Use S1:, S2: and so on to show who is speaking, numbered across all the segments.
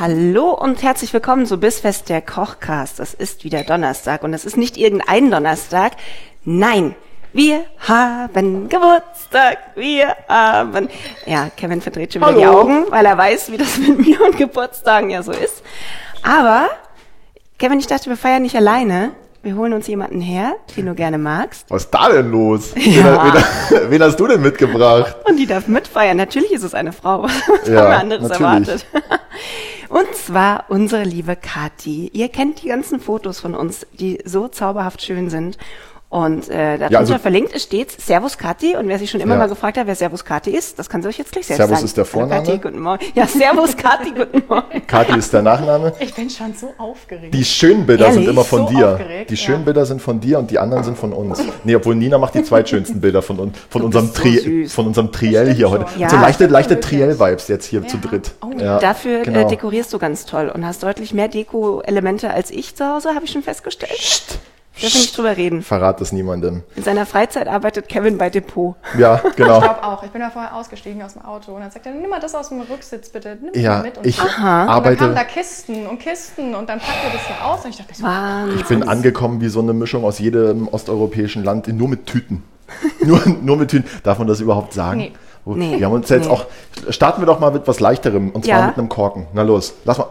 S1: Hallo und herzlich willkommen zu Bissfest der Kochcast. Es ist wieder Donnerstag und es ist nicht irgendein Donnerstag. Nein, wir haben Geburtstag. Wir haben. Ja, Kevin verdreht schon wieder die
S2: Hallo.
S1: Augen, weil er weiß, wie das mit mir und Geburtstagen ja so ist. Aber Kevin, ich dachte, wir feiern nicht alleine. Wir holen uns jemanden her, den du gerne magst.
S2: Was ist da denn los? Wen, wen, wen hast du denn mitgebracht?
S1: Und die darf mitfeiern. Natürlich ist es eine Frau. Was haben
S2: Ja,
S1: wir anderes
S2: natürlich.
S1: erwartet? Und zwar unsere liebe Kathi. Ihr kennt die ganzen Fotos von uns, die so zauberhaft schön sind. Und äh, darunter
S2: also-
S1: verlinkt ist stets Servus Kathi. Und wer sich schon immer
S2: Ja.
S1: mal gefragt hat, wer Servus Kathi ist, das kann sie euch jetzt gleich selbst
S2: Servus
S1: sagen.
S2: ist der Vorname?
S1: Kathi, guten Morgen. Ja, Servus Kathi, guten Morgen.
S2: Kathi ist der Nachname.
S3: Ich bin schon so aufgeregt.
S2: Die schönen Bilder
S1: Ehrlich?
S2: sind immer von
S3: So
S2: dir.
S3: aufgeregt,
S2: die
S3: ja.
S2: schönen Bilder sind von dir und die anderen sind von uns. Nee, obwohl Nina macht die zweitschönsten Bilder von, uns- von, unserem,
S1: bist so
S2: Tri
S1: süß.
S2: von unserem Triell hier heute.
S1: Ja.
S2: So leichte, leichte
S3: Wirklich.
S2: Triell-Vibes jetzt hier zu dritt.
S3: Oh,
S2: ja.
S1: Dafür äh,
S2: genau.
S1: dekorierst du ganz toll und hast deutlich mehr Deko-Elemente als ich zu Hause, habe ich schon festgestellt. Psst. Da will ich drüber reden.
S2: Verrat es niemandem.
S1: In seiner Freizeit arbeitet Kevin bei Depot.
S2: Ja, genau.
S3: Ich glaube auch. Ich bin da vorher ausgestiegen aus dem Auto und dann sagt er, nimm mal das aus dem Rücksitz bitte, nimm das
S2: ja,
S3: mal mit. Und,
S2: ich
S3: so. und dann kamen da
S2: arbeite.
S3: Kisten und Kisten und dann packte das hier aus und ich dachte, so,
S2: Ich bin angekommen wie so eine Mischung aus jedem osteuropäischen Land, nur mit Tüten. nur, nur mit Tüten. Darf man das überhaupt sagen?
S3: Nee.
S2: Oh,
S1: Nee.
S2: Wir haben uns jetzt
S1: Nee.
S2: auch. Starten wir doch mal mit was Leichterem und zwar
S1: Ja.
S2: mit einem Korken. Na los, lass mal.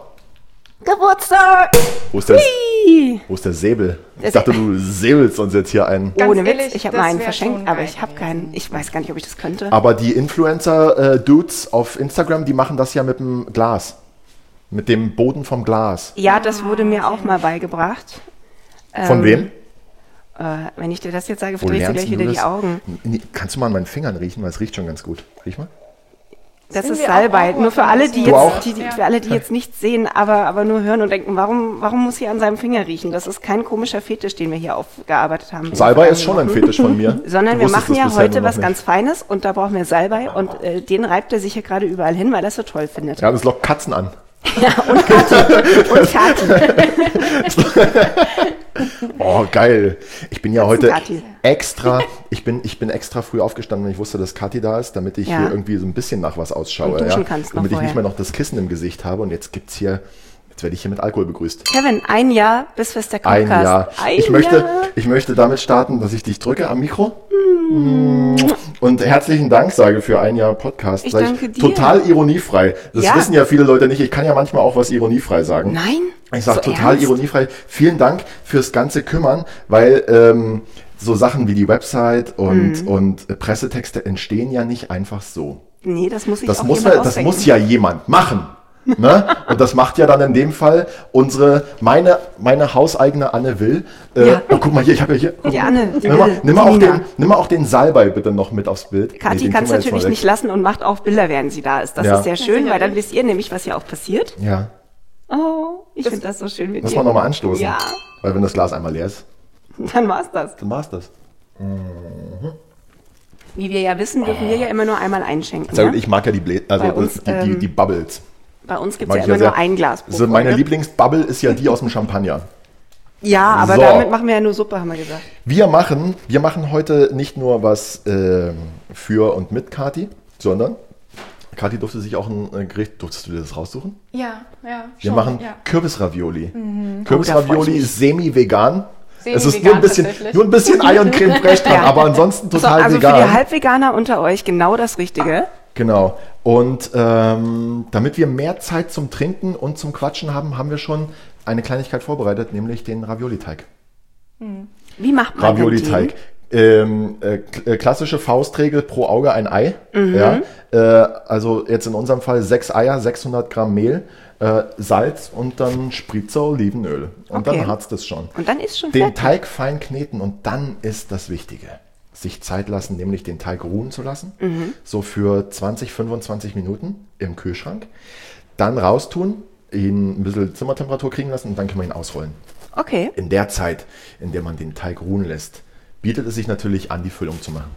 S1: Geburtstag!
S2: Wo ist der,
S1: Ih.
S2: wo ist der Säbel? Ich
S1: Der
S2: dachte, du säbelst uns jetzt hier einen.
S3: Ganz
S1: Ohne Witz,
S3: ehrlich,
S1: ich habe
S3: das
S1: mal einen
S3: wär
S1: verschenkt,
S3: schon
S1: aber
S3: geil
S1: ich habe keinen. Ich weiß gar nicht, ob ich das könnte.
S2: Aber die Influencer-Dudes auf Instagram, die machen das ja mit dem Glas. Mit dem Boden vom Glas.
S1: Ja, das wurde mir auch mal beigebracht.
S2: Von
S1: Ähm,
S2: wem?
S1: Äh, wenn ich dir das jetzt sage,
S2: Wo
S1: verdrehst du
S2: lernst
S1: gleich wieder die
S2: das?
S1: Augen.
S2: Nee, kannst du mal an meinen Fingern riechen, weil es riecht schon ganz gut. Riech mal.
S1: Das
S3: Sind
S1: ist
S3: wir auch
S1: Salbei.
S3: awkward,
S1: Nur für
S3: wenn
S1: alle,
S3: das
S1: die
S3: so
S2: ist?
S1: jetzt,
S2: Du
S1: die, die,
S3: auch?
S1: für alle, die jetzt nichts sehen, aber, aber nur hören und denken, warum, warum muss hier an seinem Finger riechen? Das ist kein komischer Fetisch, den wir hier aufgearbeitet haben.
S2: Salbei ist schon ein Fetisch von mir.
S1: Sondern
S2: Du
S1: wir
S2: wusstest
S1: machen
S2: es
S1: ja
S2: bisher nur
S1: heute
S2: noch
S1: was
S2: nicht.
S1: ganz Feines und da brauchen wir Salbei und äh, den reibt er sich hier gerade überall hin, weil er es so toll findet.
S2: Ja, das lockt Katzen an.
S1: Und Kathi.
S2: Oh, geil. Ich bin ja heute
S1: Kathi.
S2: extra, ich bin, ich bin extra früh aufgestanden, weil ich wusste, dass Kathi da ist, damit ich
S1: Ja.
S2: hier irgendwie so ein bisschen nach was ausschaue.
S1: Und duschen
S2: ja?
S1: kannst noch
S2: damit ich
S1: vorher.
S2: nicht mehr noch das Kissen im Gesicht habe. Und jetzt gibt's hier, jetzt werde ich hier mit Alkohol begrüßt.
S1: Kevin, ein Jahr bis Fest der
S2: Ein
S1: Kochcast.
S2: Jahr.
S1: Ein
S2: ich, möchte,
S1: Jahr.
S2: ich möchte damit starten, dass ich dich drücke am Mikro. Mm. Und herzlichen Dank sage für ein Jahr Podcast.
S1: Ich
S2: Sag
S1: danke dir.
S2: Total ironiefrei. Das
S1: Ja.
S2: wissen ja viele Leute nicht. Ich kann ja manchmal auch was ironiefrei sagen.
S1: Nein?
S2: Ich sage
S1: So
S2: total
S1: ernst?
S2: ironiefrei. Vielen Dank fürs ganze Kümmern, weil ähm, so Sachen wie die Website
S1: Mhm.
S2: und, und äh, Pressetexte entstehen ja nicht einfach so.
S1: Nee, das muss ich
S2: Das
S1: auch
S2: muss,
S1: jemand
S2: ja, das
S1: ausdenken.
S2: muss ja jemand machen. Ne? Und das macht ja dann in dem Fall unsere, meine, meine hauseigene Anne Will. Äh,
S1: Ja.
S2: oh, guck mal hier, ich habe ja hier.
S1: Die Anne, die
S2: nimm,
S1: Will,
S2: mal, nimm, mal
S1: die
S2: auch
S1: Nina.
S2: den, nimm mal auch den Salbei bitte noch mit aufs Bild.
S1: Kathi
S2: den
S1: kann es
S2: tun wir jetzt mal
S1: natürlich
S2: weg.
S1: nicht lassen und macht auch Bilder, während sie da ist. Das
S2: Ja.
S1: ist sehr schön, weil dann wisst ihr nämlich, was hier auch passiert.
S2: Ja,
S1: Oh, ich finde das so schön mit
S2: lass
S1: dir.
S2: mal nochmal anstoßen.
S1: Ja,
S2: Weil wenn das Glas einmal leer ist,
S1: dann war's das.
S2: dann war's das.
S1: Wie wir ja wissen, dürfen wir ja immer nur einmal einschenken.
S2: Sehr
S1: Ja?
S2: gut, ich mag ja die, Blä also
S1: Ne? Bei uns,
S2: die, die, die Bubbles.
S1: Bei uns gibt
S2: Mag
S1: es ja
S2: ich
S1: immer
S2: sehr.
S1: nur ein Glas. pro
S2: So, meine
S1: Folge.
S2: Lieblingsbubble ist ja die aus dem Champagner.
S1: Ja, aber
S2: So.
S1: damit machen wir ja nur Suppe, haben wir gesagt.
S2: Wir machen, wir machen heute nicht nur was ähm, für und mit Kati, sondern Kati durfte sich auch ein äh, Gericht, durftest du dir das raussuchen?
S3: ja, ja,
S2: Wir
S3: schon,
S2: machen
S3: ja.
S2: Kürbisravioli.
S1: Oh, da freu
S2: Kürbisravioli
S1: ich mich.
S2: ist semi-vegan. Es ist
S3: Semi-vegan
S2: nur ein bisschen,
S3: tatsächlich.
S2: nur ein bisschen Ei und Creme Fraiche dran,
S1: Ja.
S2: aber ansonsten total
S1: so, also
S2: vegan.
S1: für die Halbveganer unter euch genau das Richtige.
S2: Genau. Und ähm, damit wir mehr Zeit zum Trinken und zum Quatschen haben, haben wir schon eine Kleinigkeit vorbereitet, nämlich den Ravioli-Teig.
S1: Wie macht man denn den?
S2: Ravioli-Teig. Ähm, äh, k- äh, klassische Faustregel pro Auge ein Ei. Ja. Äh, also jetzt in unserem Fall sechs Eier, 600 Gramm Mehl, äh, Salz und dann Spritzer Olivenöl. Und
S1: Okay.
S2: dann hat's das schon.
S1: Und dann ist schon
S2: Den
S1: fertig.
S2: Teig fein kneten und dann ist das Wichtige. Sich Zeit lassen, nämlich den Teig ruhen zu lassen. So für 20, 25 Minuten im Kühlschrank. Dann raustun, ihn ein bisschen Zimmertemperatur kriegen lassen und dann kann man ihn ausrollen.
S1: Okay.
S2: In der Zeit, in der man den Teig ruhen lässt, bietet es sich natürlich an, die Füllung zu machen.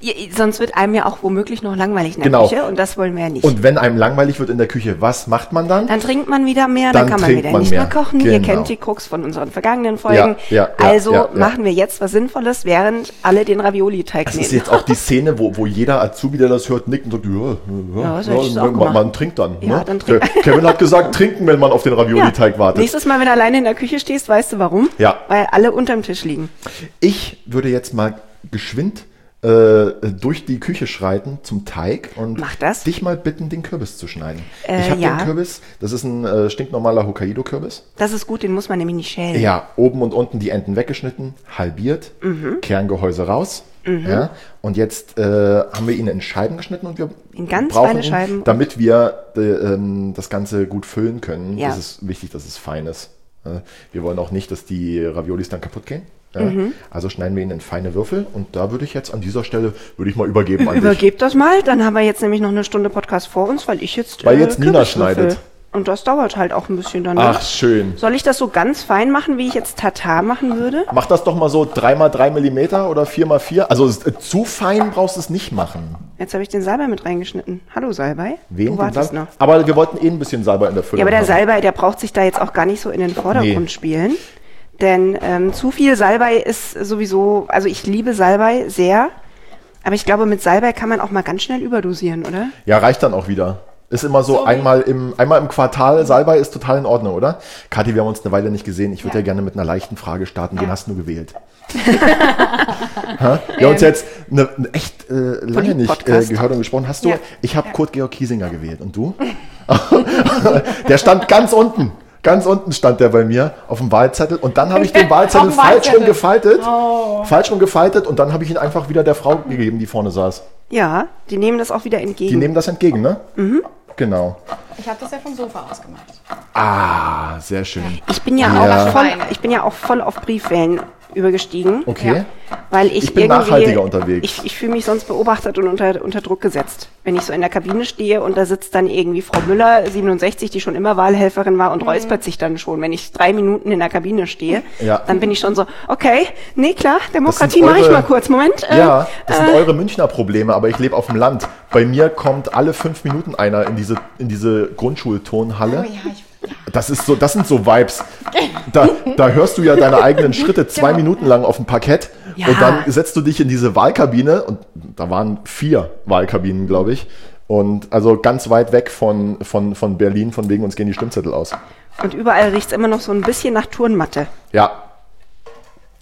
S1: Ja, Sonst wird einem ja auch womöglich noch langweilig in der
S2: Genau.
S1: Küche und das wollen wir ja nicht.
S2: Und wenn einem langweilig wird in der Küche, was macht man dann?
S1: dann trinkt man wieder mehr, dann,
S2: Dann
S1: kann man
S2: trinkt
S1: wieder
S2: man
S1: nicht
S2: mehr.
S1: mehr, kochen. Ihr
S2: Genau.
S1: kennt die Krux von unseren vergangenen Folgen.
S2: ja, ja,
S1: also
S2: ja, ja.
S1: machen wir jetzt was Sinnvolles, während alle den Ravioli-Teig
S2: Das ist
S1: nehmen.
S2: jetzt auch die Szene, wo, wo jeder Azubi, der das hört, nickt und sagt, ja,
S1: Ja,
S2: ja,
S1: das
S2: ja,
S1: hätte ich jetzt auch
S2: man,
S1: gemacht.
S2: man, trinkt dann.
S1: Ja,
S2: ne?
S1: dann trink-
S2: Ke- Kevin hat gesagt, trinken, wenn man auf den Ravioli-Teig wartet.
S1: Nächstes Mal, wenn du alleine in der Küche stehst, weißt du warum?
S2: Ja.
S1: Weil alle unterm Tisch liegen.
S2: Ich würde jetzt mal geschwind äh, durch die Küche schreiten zum Teig und
S1: Mach das.
S2: dich mal bitten, den Kürbis zu schneiden.
S1: Äh,
S2: ich habe
S1: ja.
S2: den Kürbis, das ist ein äh, stinknormaler Hokkaido-Kürbis.
S1: Das ist gut, den muss man nämlich nicht schälen.
S2: Ja, oben und unten die Enden weggeschnitten, halbiert,
S1: Mhm.
S2: Kerngehäuse raus. Ja, und jetzt äh, haben wir ihn in Scheiben geschnitten und wir
S1: In ganz
S2: brauchen
S1: feine Scheiben
S2: ihn, damit wir äh, ähm, das Ganze gut füllen können.
S1: Ja.
S2: Das ist wichtig, dass es fein ist. Äh, Wir wollen auch nicht, dass die Raviolis dann kaputt gehen. Ja,
S1: Mhm.
S2: Also schneiden wir ihn in feine Würfel und da würde ich jetzt an dieser Stelle würde ich mal übergeben an dich.
S1: Übergebt das mal, dann haben wir jetzt nämlich noch eine Stunde Podcast vor uns, weil ich jetzt.
S2: Weil jetzt Nina
S1: Kürbis
S2: schneidet.
S1: würfel. Und das dauert halt auch ein bisschen dann. ne?
S2: Ach schön.
S1: Soll ich das so ganz fein machen, wie ich jetzt Tatar machen würde?
S2: Mach das doch mal so 3x3 Millimeter oder 4x4. Also es- äh, zu fein brauchst du es nicht machen.
S1: Jetzt habe ich den Salbei mit reingeschnitten. Hallo Salbei.
S2: Wen
S1: du
S2: denn
S1: wartest
S2: Salbei?
S1: noch.
S2: Aber wir wollten eh ein bisschen Salbei in der Füllung.
S1: Ja, aber der
S2: haben.
S1: Salbei, der braucht sich da jetzt auch gar nicht so in den Vordergrund
S2: Nee.
S1: spielen. Denn ähm, zu viel Salbei ist sowieso, also ich liebe Salbei sehr, aber ich glaube, mit Salbei kann man auch mal ganz schnell überdosieren, oder?
S2: Ja, reicht dann auch wieder. Ist immer so,
S3: So wie-
S2: einmal, im, einmal im Quartal Salbei ist total in Ordnung, oder? Kathi, wir haben uns eine Weile nicht gesehen. Ich würde ja.
S3: Ja.
S2: gerne mit einer leichten Frage starten. Wen hast du gewählt? ha? Wir haben uns jetzt eine, eine echt äh, lange nicht äh,
S1: Polit-Podcast.
S2: gehört und gesprochen. Hast du?
S3: Ja.
S2: Ich habe Kurt Georg Kiesinger gewählt. Und du? der stand ganz unten. Ganz unten stand der bei mir auf dem Wahlzettel und dann habe ich den Wahlzettel
S3: Auf dem
S2: falsch rum
S3: Wahlzettel. Oh.
S2: gefaltet. Falsch rum gefaltet und dann habe ich ihn einfach wieder der Frau gegeben, die vorne saß.
S1: Ja, die nehmen das auch wieder
S2: Die
S1: entgegen.
S2: nehmen das entgegen, ne? Mhm. Genau.
S3: Ich habe das ja vom Sofa aus gemacht.
S2: Ah, sehr schön.
S1: Ich bin ja,
S2: Ja.
S1: Auch voll, ich bin ja auch voll auf Briefwellen übergestiegen.
S2: Okay.
S1: Weil ich,
S2: Ich bin
S1: irgendwie-
S2: nachhaltiger unterwegs.
S1: Ich, ich fühle mich sonst beobachtet und unter, unter Druck gesetzt. Wenn ich so in der Kabine stehe und da sitzt dann irgendwie Frau Müller, 67, die schon immer Wahlhelferin war und räuspert sich dann schon. Wenn ich drei Minuten in der Kabine stehe,
S2: Ja.
S1: dann bin ich schon so, okay, nee, klar, Demokratie
S2: Das sind
S1: mache ich
S2: eure-
S1: mal kurz. Moment. äh,
S2: Ja, das sind eure Münchner Probleme, aber ich lebe auf dem Land. Bei mir kommt alle fünf Minuten einer in diese, in diese
S3: Oh
S2: Grundschulturnhalle.
S3: ja, ich, ja.
S2: Das, ist so, das sind so Vibes. Da, da hörst du ja deine eigenen Schritte zwei Minuten lang auf dem Parkett
S1: Ja.
S2: und dann setzt du dich in diese Wahlkabine und da waren vier Wahlkabinen, glaube ich. Und also ganz weit weg von, von, von Berlin, von wegen uns gehen die Stimmzettel aus.
S1: Und überall riecht's immer noch so ein bisschen nach Turnmatte.
S2: Ja.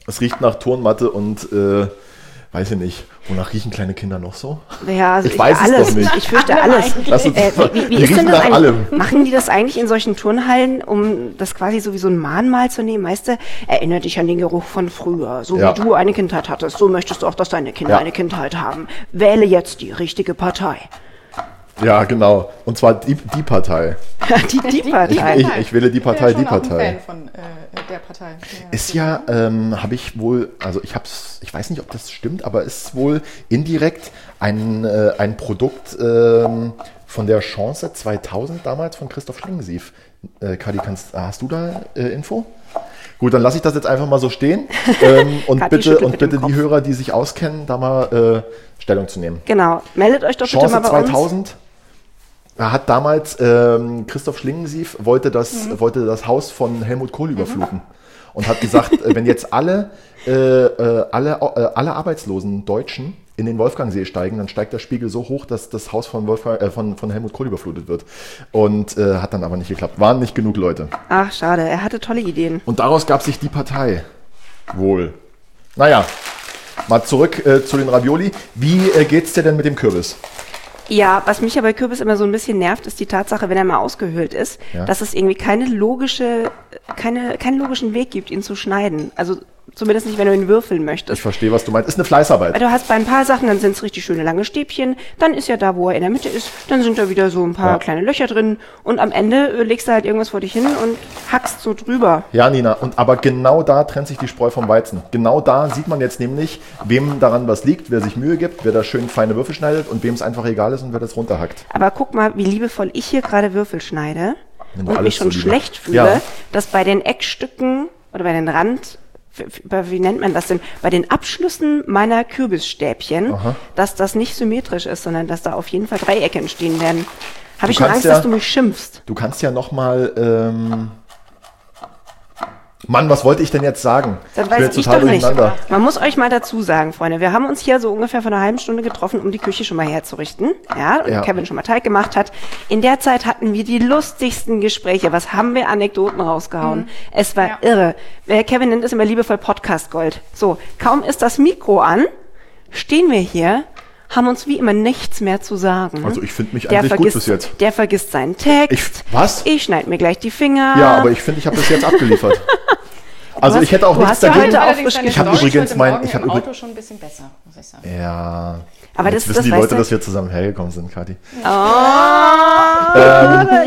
S2: Es riecht nach Turnmatte und äh, weiß ich nicht, wonach riechen kleine Kinder noch so?
S1: Ja, also
S2: Ich weiß es
S1: alles.
S2: doch nicht.
S1: Ich fürchte
S3: Allem
S1: alles.
S3: eigentlich.
S2: Lass uns
S1: Äh,
S2: mal-
S1: wie, wie
S2: die
S1: ist denn
S2: riechen
S1: das
S2: nach
S1: eigentlich?
S2: allem.
S1: Machen die das eigentlich in solchen Turnhallen, um das quasi so wie so ein Mahnmal zu nehmen? Weißt du, erinnere dich an den Geruch von früher. So
S2: Ja.
S1: wie du eine Kindheit hattest, so möchtest du auch, dass deine Kinder
S2: Ja.
S1: eine Kindheit haben. Wähle jetzt die richtige Partei.
S2: Ja, genau. Und zwar die, die Partei.
S1: die, die Partei.
S2: Ich- ich wähle die Partei,
S3: ich bin
S2: die
S3: ja schon
S2: Partei.
S3: Auch ein Fan von äh, der Partei.
S2: Ist ja, ähm, habe ich wohl, also ich hab's, ich weiß nicht, ob das stimmt, aber ist wohl indirekt ein, äh, ein Produkt ähm, von der Chance 2000 damals von Christoph Schlingensief. Äh, Kadi, kannst, hast du da äh, Info? Gut, dann lasse ich das jetzt einfach mal so stehen. Ähm, und
S1: Kadi
S2: bitte,
S1: schüttelt
S2: und
S1: mit dem
S2: bitte die
S1: Kopf.
S2: Hörer, die sich auskennen, da mal äh, Stellung zu nehmen.
S1: Genau. Meldet euch doch bitte
S2: Chance
S1: mal bei uns.
S2: 2000. Er hat damals ähm, Christoph Schlingensief wollte das
S1: Mhm.
S2: wollte das Haus von Helmut Kohl überfluten und hat gesagt, äh, wenn jetzt alle äh, äh, alle au- äh, alle arbeitslosen Deutschen in den Wolfgangsee steigen, dann steigt der Spiegel so hoch, dass das Haus von Wolfgang äh, von von Helmut Kohl überflutet wird und äh, hat dann aber nicht geklappt. Waren nicht genug Leute
S1: Ach, schade. Er hatte tolle Ideen.
S2: und daraus gab sich die Partei wohl. Naja, mal zurück äh, zu den Ravioli. Wie äh, geht's dir denn mit dem Kürbis?
S1: Ja, was mich ja bei Kürbis immer so ein bisschen nervt, ist die Tatsache, wenn er mal ausgehöhlt ist,
S2: Ja.
S1: dass es irgendwie keine logische, keine, keinen logischen Weg gibt, ihn zu schneiden. Also zumindest nicht, wenn du ihn würfeln
S2: Ich
S1: möchtest.
S2: verstehe, was du meinst. Ist eine Fleißarbeit.
S1: Weil du hast bei ein paar Sachen, dann sind es richtig schöne lange Stäbchen, dann ist ja da, wo er in der Mitte ist, dann sind da wieder so ein paar
S2: Ja.
S1: kleine Löcher drin und am Ende äh, legst du halt irgendwas vor dich hin und hackst so drüber.
S2: Ja, Nina, und aber genau da trennt sich die Spreu vom Weizen. Genau da sieht man jetzt nämlich, wem daran was liegt, wer sich Mühe gibt, wer da schön feine Würfel schneidet und wem es einfach egal ist und wer das runterhackt.
S1: Aber guck mal, wie liebevoll ich hier gerade Würfel schneide.
S2: Nimm
S1: und
S2: alles
S1: mich schon
S2: so lieber.
S1: schlecht fühle,
S2: Ja.
S1: dass bei den Eckstücken oder bei den Rand, f- f- bei- wie nennt man das denn, bei den Abschlüssen meiner Kürbisstäbchen, dass das nicht symmetrisch ist, sondern dass da auf jeden Fall Dreiecke entstehen werden. Habe ich schon
S2: kannst
S1: Angst,
S2: ja-
S1: dass du mich schimpfst.
S2: Du kannst ja nochmal. Ähm, Mann, was wollte ich denn jetzt sagen?
S1: Dann
S2: bin
S1: weiß
S2: jetzt
S1: ich doch nicht. Man muss euch mal dazu sagen, Freunde, wir haben uns hier so ungefähr vor einer halben Stunde getroffen, um die Küche schon mal herzurichten. Ja, und
S2: Ja.
S1: Kevin schon mal Teig gemacht hat. In der Zeit hatten wir die lustigsten Gespräche. Was haben wir Anekdoten rausgehauen? Es war
S3: Ja.
S1: irre. Äh, Kevin nennt es immer liebevoll Podcast Gold. So, kaum ist das Mikro an, stehen wir hier, haben uns wie immer nichts mehr zu sagen.
S2: Also ich find mich
S1: Der
S2: eigentlich gut
S1: vergisst-
S2: bis jetzt.
S1: Der vergisst seinen Text.
S2: Ich- was?
S1: Ich schneid mir gleich die Finger.
S2: Ja, aber ich finde, ich habe das jetzt abgeliefert. Also
S1: hast-
S2: ich hätte
S1: Ah.
S2: auch
S1: du
S2: nichts
S1: hast ja
S2: dagegen.
S1: heute auch
S3: Allerdings
S1: frisch
S3: deine
S2: Ich hab
S3: Story
S2: übrigens
S3: heute
S2: mein-
S3: Morgen
S2: ich hab
S3: im
S2: übrig-
S3: Auto schon ein bisschen besser, muss ich sagen.
S2: Ja.
S1: Aber
S2: jetzt
S1: das-
S2: wissen
S1: das
S2: die
S1: weißt
S2: Leute,
S1: du-
S2: dass wir zusammen hergekommen sind, Kathi.
S1: Ihr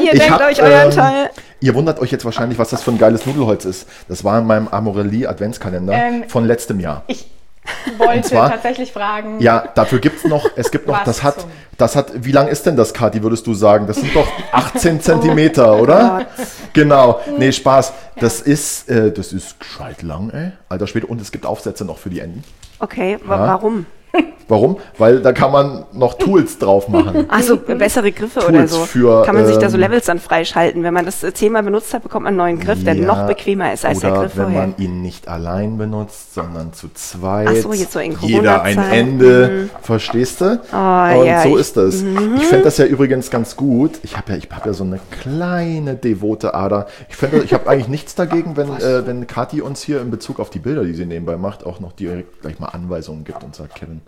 S2: Ich
S1: denkt
S2: hab,
S1: euch euren
S2: ähm,
S1: Teil.
S2: Ihr wundert euch jetzt wahrscheinlich, was das für ein geiles Nudelholz ist. Das war in meinem Amorelli Adventskalender
S3: Ähm,
S2: von letztem Jahr.
S3: Ich wollte
S2: zwar-
S3: tatsächlich fragen.
S2: Ja, dafür gibt's noch, es gibt noch,
S3: Was
S2: das hat,
S3: zum-
S2: das hat, wie lang ist denn das, Kathi, würdest du sagen? Das sind doch
S1: Oh
S2: 18 Zentimeter, oder? Genau.
S1: Hm.
S2: Nee, Spaß. Das ist, äh, das ist gescheit lang, ey. Alter Schwede. Und es gibt Aufsätze noch für die Enden.
S1: Okay, wa warum?
S2: Warum? Weil da kann man noch Tools drauf machen.
S1: Also bessere Griffe
S2: Tools
S1: oder so.
S2: für,
S1: Kann man sich da so
S2: ähm,
S1: Levels dann freischalten. Wenn man das äh, zehnmal benutzt hat, bekommt man einen neuen Griff, der
S2: Ja,
S1: noch bequemer ist als
S2: oder
S1: der Griff
S2: wenn
S1: vorher.
S2: man ihn nicht allein benutzt, sondern zu zweit.
S1: Ach so, jetzt so in
S2: Jeder ein
S1: Corona-Zeiten.
S2: Ende, verstehst du?
S1: Oh,
S2: Und
S1: ja,
S2: so
S1: ich- Mhm.
S2: ist das. Ich fände das ja übrigens ganz gut. Ich habe ja, ich hab ja so eine kleine devote Ader. Ich fände, ich habe eigentlich nichts dagegen, wenn, äh, wenn Kathi uns hier in Bezug auf die Bilder, die sie nebenbei macht, auch noch direkt gleich mal Anweisungen gibt und sagt, Kevin,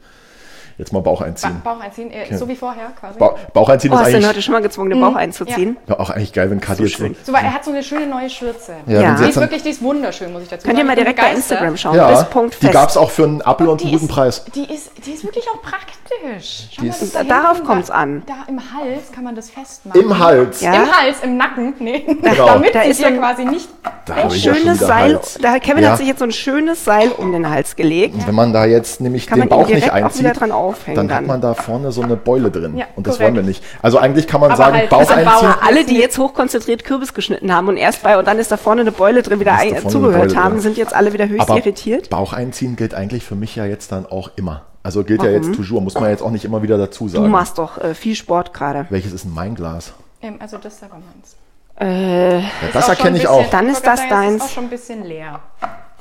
S2: jetzt mal Bauch
S3: Ba
S2: einziehen.
S3: Bauch einziehen, äh, so wie vorher quasi.
S2: Ba Bauch einziehen
S1: Oh,
S2: ist
S1: hast du ihn heute
S2: eigentlich
S1: schon mal gezwungen, den Bauch einzuziehen?
S2: ja, auch eigentlich geil, wenn Kathi jetzt
S1: schön.
S3: So, weil er hat so eine schöne neue Schürze.
S2: Ja,
S1: Ja.
S2: wenn sie
S3: Die
S2: jetzt
S3: ist
S2: dann,
S3: wirklich, die ist wunderschön, muss ich dazu
S1: Könnt ihr
S3: sagen.
S1: mal
S3: Ich bin
S1: direkt bei
S3: begeistert.
S1: Instagram schauen.
S2: ja,
S1: Bis Punkt
S2: die
S1: fest.
S2: gab's auch für einen Apfel und,
S3: die
S2: einen guten
S3: ist,
S2: Preis.
S3: Die ist, die ist wirklich auch praktisch. Schau
S2: Die
S3: das
S2: ist-
S3: da
S1: Darauf
S3: hinten,
S1: kommt's
S3: da-
S1: an.
S3: Da im Hals kann man das festmachen.
S2: Im Hals.
S1: Ja.
S3: Im Hals, im Nacken. Nee,
S2: Genau.
S3: damit
S1: Da
S3: sie
S1: ist
S3: dir
S1: ein-
S3: quasi nicht.
S2: Da hab ich ja schon
S1: Schönes
S2: wieder
S1: Seil.
S2: Hals.
S1: Da, Kevin
S2: Ja.
S1: hat sich jetzt so ein schönes Seil um den Hals gelegt.
S2: Wenn man da jetzt nämlich
S1: Kann
S2: den
S1: man ihn
S2: Bauch nicht
S1: direkt auch
S2: einzieht,
S1: wieder dran aufhängen
S2: dann hat
S1: dann.
S2: man da vorne so eine Beule drin.
S3: Ja,
S2: und das
S3: korrekt.
S2: wollen wir nicht. Also eigentlich kann man
S3: Aber
S2: sagen,
S3: halt
S2: Bauch
S3: mit dem
S2: einziehen.
S3: Bauch.
S1: Alle, die jetzt hochkonzentriert Kürbis geschnitten haben und erst bei und dann ist da vorne eine Beule drin, wieder
S2: Ist da
S1: ein,
S2: vorne eine
S1: zugehört
S2: Beule
S1: haben,
S2: drin.
S1: sind jetzt alle wieder höchst
S2: Aber
S1: irritiert.
S2: Bauch einziehen gilt eigentlich für mich ja jetzt dann auch immer. Also gilt ja jetzt toujours, muss man jetzt auch nicht immer wieder dazu
S1: Du
S2: sagen.
S1: machst doch äh, viel Sport gerade.
S2: Welches ist denn mein Glas?
S3: Ähm, also das ist aber meins.
S2: Ja, das erkenne ich auch.
S1: Äh, Dann ist das
S3: Ist
S1: deins.
S3: auch schon ein bisschen leer.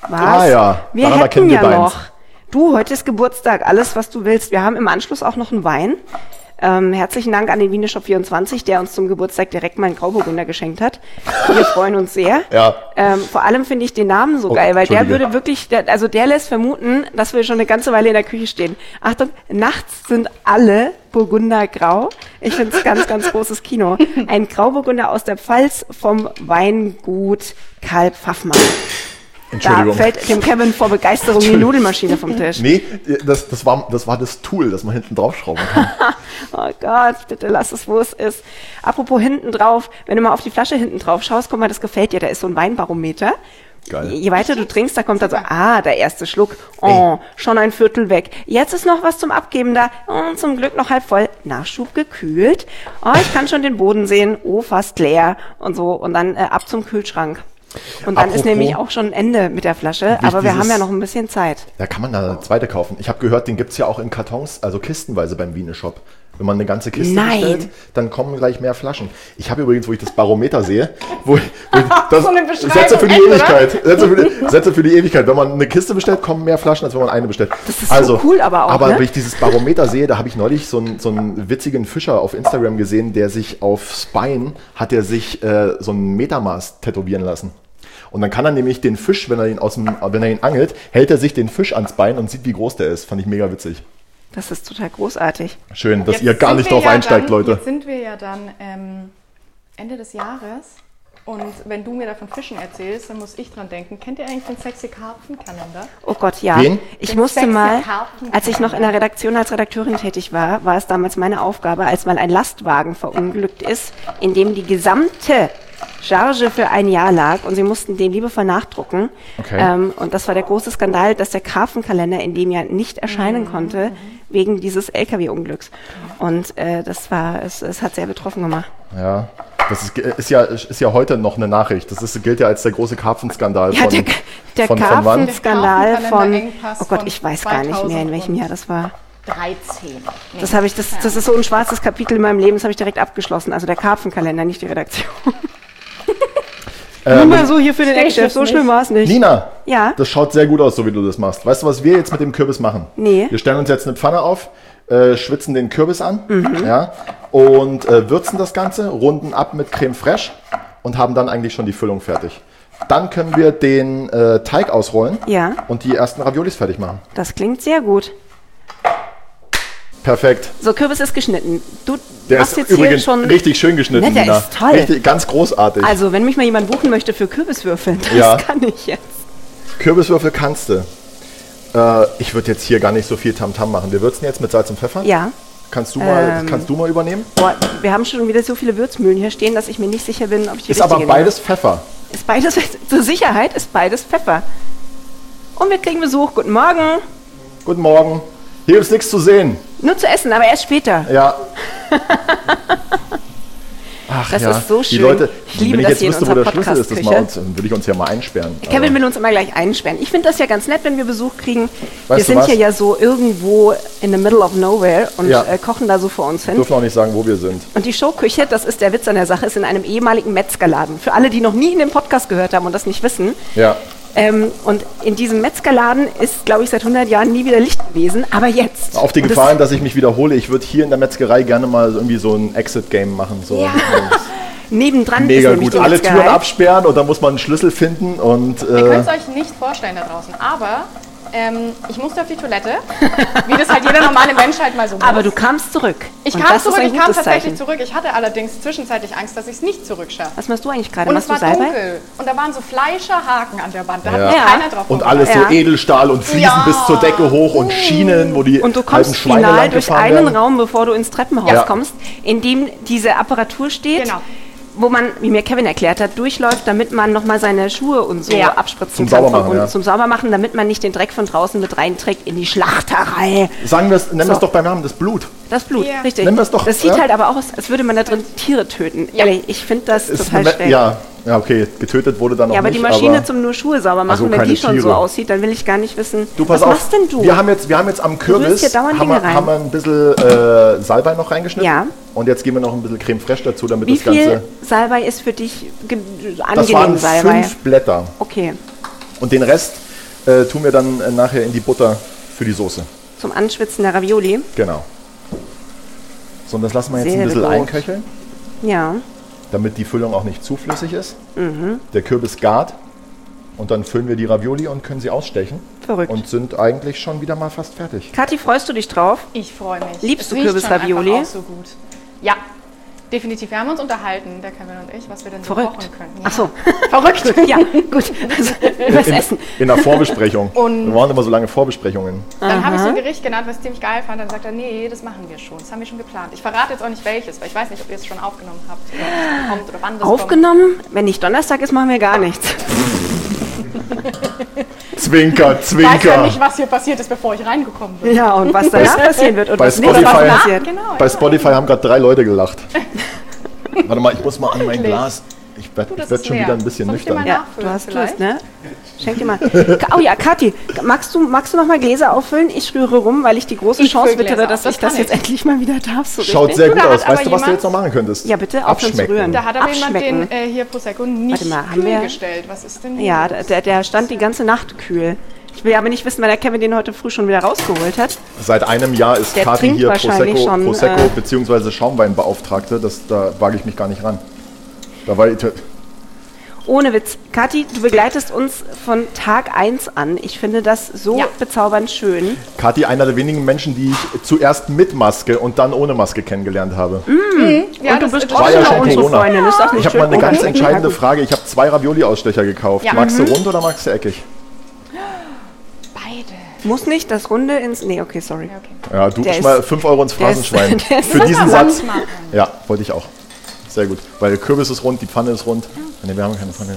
S1: Was?
S2: Ah ja,
S1: wir
S2: daran
S1: hätten
S2: erkennen wir
S1: ja
S2: deins.
S1: noch. Du, heute ist Geburtstag, alles, was du willst. Wir haben im Anschluss auch noch einen Wein. Ähm, herzlichen Dank an den Wiener Shop 24, der uns zum Geburtstag direkt mal einen Grauburgunder geschenkt hat. Wir freuen uns sehr.
S2: Ja.
S1: Ähm, vor allem finde ich den Namen so
S2: Oh,
S1: geil, weil der
S2: Entschuldige.
S1: würde wirklich, der, also der lässt vermuten, dass wir schon eine ganze Weile in der Küche stehen. Achtung, nachts sind alle Burgunder grau. Ich finde es ganz, ganz großes Kino. Ein Grauburgunder aus der Pfalz vom Weingut Karl Pfaffmann. Da
S2: Entschuldigung.
S1: fällt dem Kevin vor Begeisterung die Nudelmaschine vom Tisch.
S2: Nee, das, das, war, das war das Tool, das man hinten draufschrauben kann.
S1: Oh Gott, bitte lass es, wo es ist. Apropos hinten drauf, wenn du mal auf die Flasche hinten drauf schaust, guck mal, das gefällt dir, da ist so ein Weinbarometer.
S2: Geil.
S1: Je weiter du trinkst, da kommt dann so, ah, der erste Schluck, oh, schon ein Viertel weg. Jetzt ist noch was zum Abgeben da, oh, zum Glück noch halb voll, Nachschub gekühlt. Oh, ich kann schon den Boden sehen, oh, fast leer und so. Und dann äh, ab zum Kühlschrank. Und dann ist
S2: Apropos-
S1: nämlich auch schon Ende mit der Flasche,
S2: Durch
S1: aber wir
S2: dieses-
S1: haben ja noch ein bisschen Zeit.
S2: Da kann man da eine zweite kaufen. Ich habe gehört, den gibt's ja auch in Kartons, also kistenweise beim Wiener Shop. Wenn man eine ganze Kiste
S1: Nein.
S2: bestellt, dann kommen gleich mehr Flaschen. Ich habe übrigens, wo ich das Barometer sehe, wo, ich- wo ich- das,
S3: So eine Beschreibung,
S2: Sätze für die
S3: echt, oder?
S2: Ewigkeit. Sätze für die, Sätze für die Ewigkeit. Wenn man eine Kiste bestellt, kommen mehr Flaschen, als wenn man eine bestellt. Also,
S1: Das ist so cool aber auch,
S2: Aber
S1: ne?
S2: wenn ich dieses Barometer sehe, da habe ich neulich so einen, so einen witzigen Fischer auf Instagram gesehen, der sich auf Spine hat er sich äh, so ein Metermaß tätowieren lassen. Und dann kann er nämlich den Fisch, wenn er ihn aus dem, wenn er ihn angelt, hält er sich den Fisch ans Bein und sieht, wie groß der ist. Fand ich mega witzig.
S1: Das ist total großartig.
S2: Schön, dass
S3: Jetzt
S2: ihr gar
S3: sind
S2: nicht
S3: wir
S2: drauf
S3: ja
S2: einsteigt,
S3: dann,
S2: Leute.
S3: Jetzt sind wir ja dann ähm, Ende des Jahres. Und wenn du mir davon Fischen erzählst, dann muss ich dran denken. Kennt ihr eigentlich den Sexy Karpfenkalender?
S1: Oh Gott, ja.
S2: Wen?
S1: Ich
S3: Den
S1: musste
S3: sexy
S1: mal,
S3: Karpfen-
S1: als ich noch in der Redaktion als Redakteurin tätig war, war es damals meine Aufgabe, als mal ein Lastwagen verunglückt ist, in dem die gesamte Charge für ein Jahr lag und sie mussten den liebevoll nachdrucken.
S2: Okay.
S1: Ähm, und das war der große Skandal, dass der Karfenkalender in dem Jahr nicht erscheinen
S3: Mhm.
S1: konnte, wegen dieses Lkw-Unglücks. Und äh, das war, es, es hat sehr betroffen gemacht.
S2: Ja. Das ist, ist, ja, ist ja heute noch eine Nachricht. Das ist, gilt ja als der große Karpfenskandal
S1: Ja,
S2: von,
S1: der, der
S2: von, von wann?
S1: Karpfenskandal
S3: Der
S1: von,
S3: Karpfenkalenderengpass
S1: oh Gott,
S3: von
S1: ich weiß gar nicht mehr, in welchem
S3: 2000
S1: Jahr das war.
S3: 13. Nee.
S1: Das habe ich, das, das ist so ein schwarzes Kapitel in meinem Leben, das habe ich direkt abgeschlossen. Also der Karpfenkalender, nicht die Redaktion.
S2: Äh,
S1: Nur mal so hier für den
S3: Steht
S1: Eckchef,
S3: jetzt
S1: so schlimm
S3: nicht.
S1: war es nicht.
S2: Nina,
S1: Ja?
S2: das schaut sehr gut aus, so wie du das machst. Weißt du, was wir jetzt mit dem Kürbis machen?
S1: Nee.
S2: Wir stellen uns jetzt eine Pfanne auf, äh, schwitzen den Kürbis an
S1: Mhm.
S2: ja, und äh, würzen das Ganze, runden ab mit Creme Fraiche und haben dann eigentlich schon die Füllung fertig. Dann können wir den äh, Teig ausrollen
S1: Ja.
S2: und die ersten Raviolis fertig machen.
S1: Das klingt sehr gut.
S2: Perfekt.
S1: So, Kürbis ist geschnitten. Du
S2: Der
S1: hast
S2: ist
S1: jetzt hier
S2: übrigens
S1: schon.
S2: richtig schön geschnitten.
S1: Ne, der
S2: Nina.
S1: ist toll.
S2: Richtig, ganz großartig.
S1: Also, wenn mich mal jemand buchen möchte für Kürbiswürfel, das
S2: Ja.
S1: kann ich jetzt.
S2: Kürbiswürfel kannst du. Äh, ich würde jetzt hier gar nicht so viel Tamtam machen. Wir würzen jetzt mit Salz und Pfeffer.
S1: Ja.
S2: Kannst du
S1: Ähm,
S2: mal, kannst du mal übernehmen?
S1: Boah, wir haben schon wieder so viele Würzmühlen hier stehen, dass ich mir nicht sicher bin, ob ich die
S2: Ist aber
S1: richtige ne? nehme.
S2: beides Pfeffer.
S1: Ist beides, zur Sicherheit ist beides Pfeffer. Und wir kriegen Besuch. Guten Morgen.
S2: Guten Morgen. Hier gibt's nichts zu sehen.
S1: Nur zu essen, aber erst später.
S2: Ja. Ach,
S1: Das ist so
S2: Die
S1: schön.
S2: Leute,
S1: Ich liebe
S2: wenn ich
S1: das
S2: jetzt
S1: hier in
S2: wüsste, wo der
S1: unserer
S2: Schlüssel ist, das mal
S1: Podcast-Küche.
S2: uns, dann würde ich uns ja mal einsperren.
S1: Kevin
S2: Aber
S1: will uns immer gleich einsperren. Ich finde das ja ganz nett, wenn wir Besuch kriegen. wir
S2: du
S1: sind
S2: was?
S1: hier ja so irgendwo in the middle of nowhere und
S2: Ja.
S1: äh, kochen da so vor uns
S2: wir
S1: hin.
S2: dürfen auch nicht sagen, wo wir sind.
S1: Und die Showküche, das ist der Witz an der Sache, ist in einem ehemaligen Metzgerladen. Für alle, die noch nie in dem Podcast gehört haben und das nicht wissen.
S2: Ja.
S1: Ähm, und in diesem Metzgerladen ist, glaube ich, seit 100 Jahren nie wieder Licht gewesen, aber jetzt.
S2: Auf die
S1: Und das-
S2: Gefahren, dass ich mich wiederhole, ich würde hier in der Metzgerei gerne mal irgendwie so ein Exit-Game machen. So.
S1: Ja. Nebendran
S2: Mega
S1: ist nämlich
S2: gut.
S1: die
S2: Alle Türen
S1: Metzgerei.
S2: absperren und dann muss man einen Schlüssel finden und
S3: Ihr
S2: äh,
S3: könnt es euch nicht vorstellen da draußen, aber ähm, ich musste auf die Toilette, wie das halt jeder normale Mensch halt mal so
S1: Aber
S3: muss.
S1: du kamst zurück.
S3: Ich
S1: Und
S3: kam
S1: das ist
S3: zurück,
S1: ein
S3: ich kam
S1: gutes
S3: tatsächlich
S1: Zeichen.
S3: zurück. Ich hatte allerdings zwischenzeitlich Angst, dass ich es nicht zurückschaffe.
S1: Was machst du eigentlich gerade?
S3: Und
S1: Machst
S3: es
S1: du
S3: war
S1: Salbei?
S3: dunkel. Und da waren so Fleischerhaken an der Wand. Da hat
S1: Ja.
S3: mich keiner drauf
S2: und
S3: vorbereitet.
S2: alles
S1: Ja. Uh.
S2: so Edelstahl und Fliesen
S3: Ja.
S2: bis zur Decke hoch und Schienen, wo die
S1: Und du
S2: halben
S1: kommst
S2: Schweine
S1: final
S2: lang
S1: durch
S2: gefahren
S1: einen
S2: werden.
S1: Raum, bevor du ins Treppenhaus
S2: Ja.
S1: kommst, in dem diese Apparatur steht,
S3: Genau.
S1: wo man, wie mir Kevin erklärt hat, durchläuft, damit man nochmal seine Schuhe und so
S3: Ja.
S1: abspritzen
S2: Zum
S1: kann.
S2: Saubermachen,
S1: und
S2: ja.
S1: Zum Saubermachen, damit man nicht den Dreck von draußen mit reinträgt in die Schlachterei.
S2: Sagen wir es, nennen wir es
S1: So.
S2: doch beim Namen, das Blut.
S1: Das Blut,
S3: Ja.
S1: richtig.
S2: Nennen wir es doch,
S1: das sieht
S2: ja.
S1: halt aber auch aus, als würde man da drin Tiere töten. Ehrlich, ich finde das
S2: Ist
S1: total
S2: eine Me-
S1: schräg.
S2: ja, ja, okay, getötet wurde dann noch
S1: Ja, aber
S2: nicht.
S1: die Maschine
S2: aber
S1: zum nur Schuhe sauber machen,
S2: Also
S1: wenn
S2: keine
S1: die schon so
S2: Tiere.
S1: aussieht, dann will ich gar nicht wissen.
S2: Du, pass
S1: was
S2: auf,
S1: machst denn du?
S2: Wir haben jetzt, wir haben jetzt am Kürbis
S1: hier dauernd
S2: haben, wir,
S1: Dinge rein.
S2: haben wir ein bisschen äh, Salbei noch reingeschnitten.
S1: Ja.
S2: Und jetzt geben wir noch ein bisschen Creme Fraiche dazu, damit
S1: wie
S2: das Ganze...
S1: viel Salbei ist für dich ge-
S2: Das
S1: angenehm
S2: waren
S1: Salbei?
S2: fünf Blätter.
S1: Okay,
S2: Und den Rest äh, tun wir dann äh, nachher in die Butter für die Soße.
S1: zum Anschwitzen der Ravioli.
S2: Genau. So, und das lassen wir jetzt
S1: Sehr
S2: ein bisschen
S1: gut.
S2: einköcheln,
S1: Ja,
S2: damit die Füllung auch nicht zu flüssig ist. Der Kürbis gart. Und dann füllen wir die Ravioli und können sie ausstechen.
S1: Verrückt.
S2: Und sind eigentlich schon wieder mal fast fertig.
S1: Kathi, freust du dich drauf?
S3: Ich freue mich.
S1: Liebst
S3: Es
S1: du
S3: riecht schon
S1: Kürbisravioli?
S3: einfach auch so gut. Ja, definitiv. Wir haben uns unterhalten, der Kevin und ich, was wir denn so
S1: Verrückt.
S3: kochen könnten.
S1: Ach so.
S3: Verrückt.
S1: ja, gut. Also, übers
S2: in,
S1: Essen.
S2: in der Vorbesprechung.
S3: Und-
S2: wir waren immer so lange Vorbesprechungen.
S3: Dann habe ich so ein Gericht genannt, was ich ziemlich geil fand. Dann sagt er, nee, das machen wir schon. Das haben wir schon geplant. Ich verrate jetzt auch nicht welches, weil ich weiß nicht, ob ihr es schon aufgenommen habt. Oder ob es kommt oder wann das
S1: Aufgenommen? Wenn nicht Donnerstag ist, machen wir gar nichts.
S2: Zwinker,
S3: kommt. Ich weiß ja
S2: Zwinker.
S3: nicht, was hier passiert ist, bevor ich reingekommen bin.
S1: Ja, und was danach passieren wird und
S2: Bei
S1: was nächste Woche
S2: Spotify-
S1: passiert.
S3: Genau.
S2: Bei Spotify haben gerade drei Leute gelacht. Warte mal, ich muss mal an mein
S3: Wirklich?
S2: Glas. Ich werd-
S3: das
S2: ich werd
S3: ist
S2: schon
S3: leer.
S2: wieder ein bisschen
S3: Soll ich dir
S2: nüchtern.
S3: mal
S1: Ja,
S3: Nachfüllen
S1: du hast Durst,
S3: vielleicht?
S1: ne? Schenk dir mal. Ka- Oh ja, Kathi, magst du, magst du noch mal Gläser auffüllen? Ich rühre rum, weil ich die große
S3: Ich
S1: Chance
S3: füll Gläser
S1: wittere,
S3: auf,
S1: dass
S3: das
S1: ich das
S3: kann
S1: jetzt
S3: ich.
S1: endlich mal wieder darf. So
S2: Schaut
S1: richtig.
S2: sehr gut
S3: Da hat
S2: aus.
S3: aber
S2: Weißt du, was du
S3: jemand-
S2: jetzt noch machen könntest?
S1: Ja, bitte, aufhören zu
S2: Abschmecken.
S1: rühren.
S3: Da hat aber jemand
S1: Abschmecken.
S3: den äh, hier Prosecco nicht
S1: Warte mal, haben
S3: kühl
S1: wir-
S3: gestellt. Was ist denn hier
S1: Ja,
S3: los?
S1: der- der, der stand die ganze Nacht kühl. Ich will aber nicht wissen, weil der Kevin den heute früh schon wieder rausgeholt hat.
S2: Seit einem Jahr ist
S1: Der
S2: Kathi
S1: trinkt
S2: hier
S1: wahrscheinlich
S2: Prosecco,
S1: schon,
S2: Prosecco
S1: äh,
S2: bzw. Schaumweinbeauftragte. Das, da wage ich mich gar nicht ran. Da war ich,
S1: Ohne Witz. Kathi, du begleitest uns von Tag 1 an. Ich finde das so
S3: Ja.
S1: bezaubernd schön.
S2: Kathi einer der wenigen Menschen, die ich zuerst mit Maske und dann ohne Maske kennengelernt habe.
S1: Mhm.
S3: ja,
S1: Und du
S3: das-
S1: bist
S3: das
S2: war
S1: auch
S2: ja
S1: noch
S3: stimmt.
S2: schon
S1: unsere
S2: Corona.
S1: Freundin. Ist das nicht
S2: Ich habe
S1: schön?
S2: mal eine
S1: Oh,
S2: ganz
S1: okay.
S2: entscheidende
S1: Ja, gut. Mhm.
S2: Frage. Ich habe zwei Ravioli-Ausstecher gekauft.
S3: Ja.
S2: Magst du rund oder magst du eckig?
S3: Beide.
S1: Muss nicht das Runde ins. Nee, okay, sorry.
S3: Okay.
S2: Ja, du
S1: Der
S2: ich mal
S1: ist-
S2: 5 Euro ins
S1: der ist-
S2: Phrasenschwein.
S1: der ist-
S2: Für diesen
S3: Kann man
S2: Satz.
S3: machen.
S2: Ja, wollte ich auch. Sehr gut. Weil der Kürbis ist rund, die Pfanne ist rund. Ne, wir haben keine Pfanne.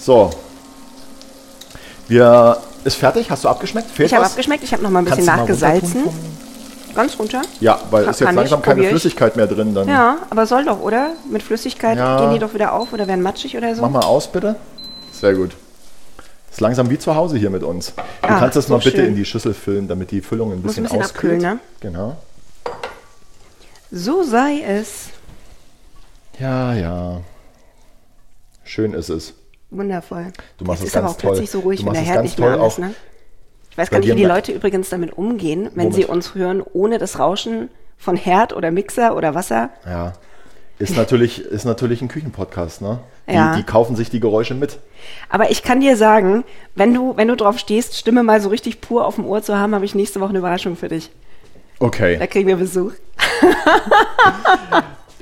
S2: So. Wir. Ist fertig? Hast du abgeschmeckt? Fehlt
S1: Ich habe
S2: was?
S1: abgeschmeckt, ich habe noch mal ein bisschen
S2: Kannst du mal
S1: nachgesalzen.
S2: runtertun vom-
S1: ganz runter?
S2: Ja, weil
S1: Ka-
S2: ist jetzt
S1: kann
S2: langsam
S1: ich,
S2: keine
S1: probier ich.
S2: Flüssigkeit mehr drin. Dann
S1: Ja, aber soll doch, oder? Mit Flüssigkeit
S2: Ja.
S1: gehen die doch wieder auf oder werden matschig oder so.
S2: mach mal aus, bitte. Sehr gut. Ist langsam wie zu Hause hier mit uns. Du
S1: Ah,
S2: kannst das
S1: so
S2: mal bitte
S1: schön.
S2: in die Schüssel füllen, damit die Füllung ein
S1: Muss
S2: bisschen,
S1: ein bisschen
S2: auskühlt.
S1: abkühlen, ne?
S2: Genau.
S1: So sei es.
S2: Ja, ja. Schön ist es.
S1: Wundervoll.
S2: Du machst
S1: Jetzt
S2: es
S1: ist aber
S2: ganz
S1: auch
S2: toll.
S1: plötzlich so ruhig,
S2: Du
S1: wenn
S2: machst
S1: der
S2: es
S1: Herd
S2: ganz
S1: nicht mehr
S2: toll
S1: an ist,
S2: auch.
S1: ne? Ich weiß
S2: Bei
S1: gar nicht,
S2: dir
S1: wie die
S2: im-
S1: Leute übrigens damit umgehen, wenn
S2: Womit?
S1: sie uns hören, ohne das Rauschen von Herd oder Mixer oder Wasser.
S2: Ja. Ist natürlich, ist natürlich ein Küchenpodcast, ne? Die,
S1: Ja.
S2: die kaufen sich die Geräusche mit.
S1: Aber ich kann dir sagen, wenn du, wenn du drauf stehst, Stimme mal so richtig pur auf dem Ohr zu haben, habe ich nächste Woche eine Überraschung für dich. Da
S2: Okay.
S1: kriegen wir Besuch.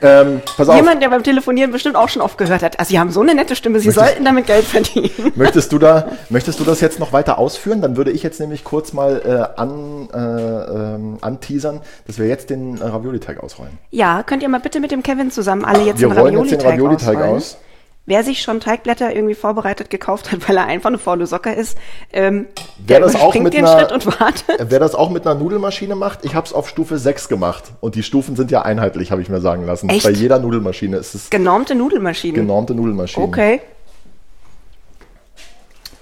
S2: Ähm, pass auf,
S1: Jemand, der beim Telefonieren bestimmt auch schon oft gehört hat. Also, Sie haben so eine nette Stimme, Sie sollten damit Geld verdienen.
S2: möchtest, du da, möchtest du das jetzt noch weiter ausführen? Dann würde ich jetzt nämlich kurz mal äh, an, äh, ähm, anteasern, dass wir jetzt den äh, Ravioli-Teig ausrollen.
S1: Ja, könnt ihr mal bitte mit dem Kevin zusammen alle jetzt
S2: Wir
S1: einen
S2: rollen jetzt den
S1: Ravioli-Teig
S2: Ravioli-Teig
S1: ausrollen.
S2: aus.
S1: Wer sich schon Teigblätter irgendwie vorbereitet gekauft hat, weil er einfach eine faule Socke ist, ähm,
S2: Wer das auch
S1: überspringt
S2: mit
S1: den
S2: einer-
S1: Schritt und wartet.
S2: Äh, Wer das auch mit einer Nudelmaschine macht, ich habe es auf Stufe 6 gemacht. Und die Stufen sind ja einheitlich, habe ich mir sagen lassen.
S1: Echt?
S2: Bei jeder Nudelmaschine ist es
S1: Genormte Nudelmaschinen.
S2: genormte Nudelmaschine.
S1: Okay.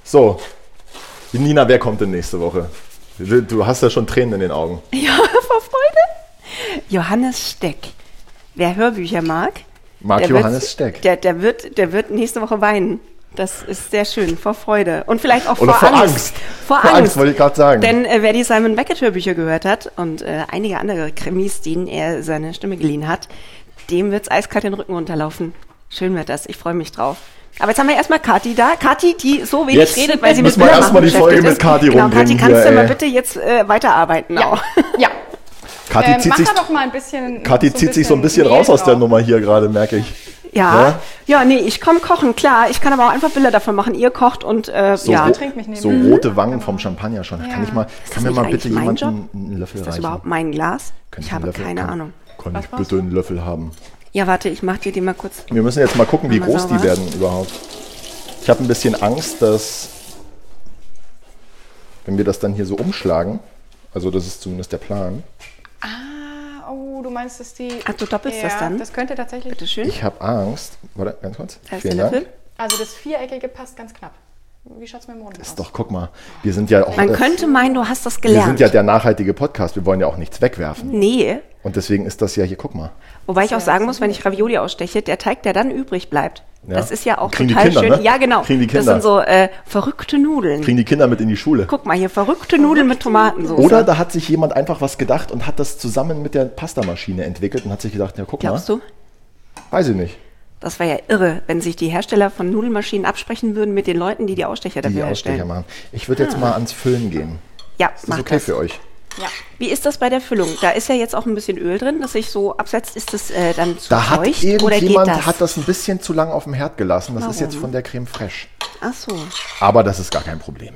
S2: So, Nina, wer kommt denn nächste Woche? Du du hast ja schon Tränen in den Augen.
S1: Ja, vor Freude. Johannes Steck. Wer Hörbücher mag,
S2: Mag
S1: der wird-
S2: Johannes Steck.
S1: Der, der, wird, der wird nächste Woche weinen. Das ist sehr schön, vor Freude. Und vielleicht auch
S2: Oder
S1: vor,
S2: vor Angst.
S1: Angst. Vor
S2: Vor
S1: Angst,
S2: Angst, wollte ich gerade sagen.
S1: Denn äh, wer die Simon Beckett Hörbücher gehört hat und äh, einige andere Krimis, denen er seine Stimme geliehen hat, dem wird's eiskalt den Rücken runterlaufen. Schön wird das, ich freue mich drauf. Aber jetzt haben wir erstmal Kathi da. Kathi, die so wenig
S2: Jetzt
S1: redet, weil sie mit
S2: müssen wir
S1: Bildermachen
S2: erstmal die
S1: beschäftigt
S2: Folge mit
S1: ist.
S2: Kathi
S1: genau,
S2: rumbringen
S1: Kathi, kannst
S2: hier,
S1: du mal
S2: ey.
S1: bitte jetzt äh, weiterarbeiten auch.
S3: Ja.
S2: Kathi
S1: äh,
S3: Ähm,
S2: zieht,
S3: mach
S2: sich,
S3: da doch mal ein bisschen.
S2: Kathi zieht sich so ein bisschen
S3: Mehl
S2: raus aus der
S3: drauf.
S2: Nummer hier gerade, merke ich.
S1: Ja. ja, nee, ich komm kochen, klar. Ich kann aber auch einfach Bilder davon machen. Ihr kocht und äh,
S2: So,
S1: ja.
S2: ro-
S3: trink mich neben.
S2: so
S3: Mhm.
S2: rote Wangen
S1: Genau.
S2: vom Champagner schon. Kann ich mal, kann mir
S1: nicht
S2: mal bitte
S1: eigentlich mein
S2: jemand
S1: Job?
S2: einen einen Löffel
S1: Ist das
S2: reichen?
S1: überhaupt mein Glas?
S2: Kann
S1: ich
S2: einen
S1: habe
S2: Löffel-
S1: keine
S2: kann,
S1: Ahnung.
S2: Kann ich
S3: Was brauchst
S2: bitte einen Löffel haben?
S1: Ja, warte, ich mach dir den mal kurz.
S2: Wir müssen jetzt mal gucken, wie
S1: Mach mal
S2: groß die
S1: sauber.
S2: werden überhaupt. Ich habe ein bisschen Angst, dass wenn wir das dann hier so umschlagen, also das ist zumindest der Plan.
S3: Ah, oh, du meinst, dass die.
S1: Ach, du doppelst das dann?
S3: Das könnte tatsächlich.
S1: Bitte schön.
S2: Ich habe Angst. Warte, ganz kurz.
S1: Hm? Da ist der Löffel.
S3: Also das Viereckige passt ganz knapp. Wie schaut's mit dem Mond aus?
S2: Ist doch, guck mal, wir sind ja auch
S1: Man
S2: äh,
S1: könnte meinen, du hast das
S2: wir
S1: gelernt.
S2: sind ja der nachhaltige Podcast, wir wollen ja auch nichts wegwerfen.
S1: nee.
S2: Und deswegen ist das ja hier, guck mal.
S1: Wobei ich auch sagen muss, wenn ich Ravioli aussteche, der Teig, der dann übrig bleibt,
S2: Ja.
S1: das ist ja auch
S2: Kriegen die
S1: total
S2: Kinder,
S1: schön.
S2: ne?
S1: Ja, genau.
S2: Kriegen die
S1: Das
S2: Kinder.
S1: sind so äh, verrückte Nudeln.
S2: Kriegen die Kinder mit in die Schule.
S1: Guck mal hier, verrückte Nudeln mit Tomatensoße.
S2: Oder da hat sich jemand einfach was gedacht und hat das zusammen mit der Pastamaschine entwickelt und hat sich gedacht, ja, guck
S1: Glaubst
S2: mal.
S1: du?
S2: Weiß ich nicht.
S1: Das wäre ja irre, wenn sich die Hersteller von Nudelmaschinen absprechen würden mit den Leuten, die die Ausstecher
S2: Die
S1: dafür herstellen.
S2: Ausstecher machen. Ich würde jetzt mal ans Füllen gehen.
S1: Ja,
S2: Ist das
S1: Ah. mach
S2: okay
S1: das.
S2: für euch?
S3: Ja.
S1: Wie ist das bei der Füllung? Da ist ja jetzt auch ein bisschen Öl drin, das sich so absetzt. Ist das äh, dann zu
S2: Da hat
S1: feucht oder geht
S2: irgendjemand
S1: das?
S2: hat das ein bisschen zu lang auf dem Herd gelassen. Das ist
S1: Warum?
S2: jetzt von der Creme Fraiche.
S1: Ach so.
S2: Aber das ist gar kein Problem.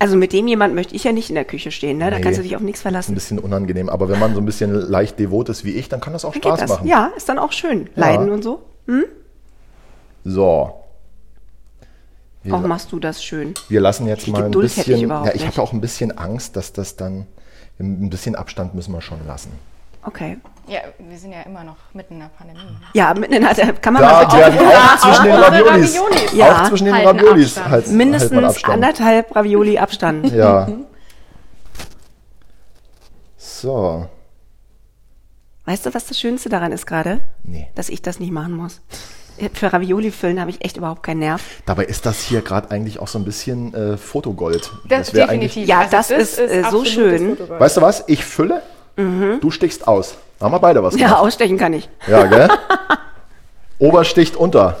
S1: Also mit dem jemand möchte ich ja nicht in der Küche stehen, ne? Da
S2: Nee.
S1: kannst du dich auf nichts
S2: Ist ein
S1: verlassen.
S2: bisschen unangenehm, aber wenn man so ein bisschen leicht devot ist wie ich, dann kann das auch
S1: Dann
S2: Spaß
S1: geht das.
S2: machen.
S1: Ja, ist dann auch schön. Leiden und so.
S2: So. Wir,
S1: Auch machst du das schön.
S2: wir lassen jetzt mal ein
S1: Geduld hätte ich
S2: bisschen.
S1: überhaupt
S2: ja, ich
S1: nicht.
S2: habe auch ein bisschen Angst, dass das dann. Ein bisschen Abstand müssen wir schon lassen.
S1: Okay.
S3: Ja, wir sind ja immer noch mitten in der Pandemie.
S1: Ja, mitten in der kann man
S2: Da
S1: mal
S2: werden
S1: bitte
S2: auch zwischen den
S3: unsere
S2: Raviolis.
S3: Raviolis.
S1: Ja.
S2: Auch zwischen den
S3: Halten
S2: Raviolis
S3: Abstand.
S2: halt, hält man
S1: mindestens
S2: Abstand.
S1: anderthalb Ravioli Abstand.
S2: Ja. So.
S1: Weißt du, was das Schönste daran ist gerade?
S2: Nee.
S1: Dass ich das nicht machen muss. Für Ravioli füllen habe ich echt überhaupt keinen Nerv.
S2: Dabei ist das hier gerade eigentlich auch so ein bisschen äh, Fotogold.
S3: Das,
S2: wär
S3: definitiv. Also
S1: Ja, das ist, äh, so
S3: absolutes
S1: schön.
S3: Fotograf.
S2: Weißt du was? Ich fülle, du stichst aus. Da haben wir beide was
S1: Mhm. Ja,
S2: gemacht.
S1: ausstechen kann ich.
S2: Ja, gell? Obersticht unter.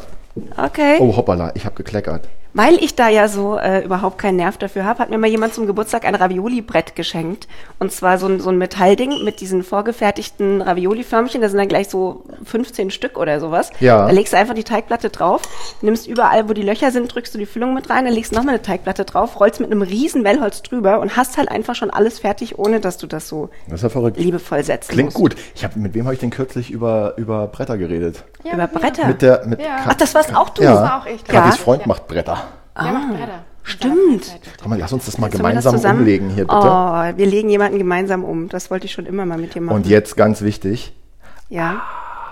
S1: Okay.
S2: Oh, hoppala, ich habe gekleckert.
S1: Weil ich da ja so äh, überhaupt keinen Nerv dafür habe, hat mir mal jemand zum Geburtstag ein Ravioli-Brett geschenkt. Und zwar so ein, so ein Metallding mit diesen vorgefertigten Ravioli-Förmchen. Da sind dann gleich so 15 Stück oder sowas.
S2: Ja.
S1: Da legst du einfach die Teigplatte drauf, nimmst überall, wo die Löcher sind, drückst du die Füllung mit rein, dann legst du nochmal eine Teigplatte drauf, rollst mit einem riesen Wellholz drüber und hast halt einfach schon alles fertig, ohne dass du das so
S2: Das ist ja verrückt.
S1: liebevoll setzt.
S2: Klingt gut. Ich hab, mit wem habe ich denn kürzlich über, über Bretter geredet?
S3: Ja,
S1: Über
S3: hier.
S1: Bretter.
S2: Mit der. Mit
S3: Ja.
S2: Ka-
S1: Ach, das warst auch du.
S2: ja.
S3: war auch ich.
S2: Kathis
S1: Ja.
S2: Freund macht Bretter.
S3: Der macht Bretter.
S1: Ah, Stimmt.
S2: Komm mal, lass uns das mal
S1: Sollen wir das
S2: gemeinsam
S1: zusammen-
S2: umlegen hier, bitte.
S1: Oh, wir legen jemanden gemeinsam um. Das wollte ich schon immer mal mit dir machen.
S2: Und jetzt ganz wichtig. Ah,
S1: Ja.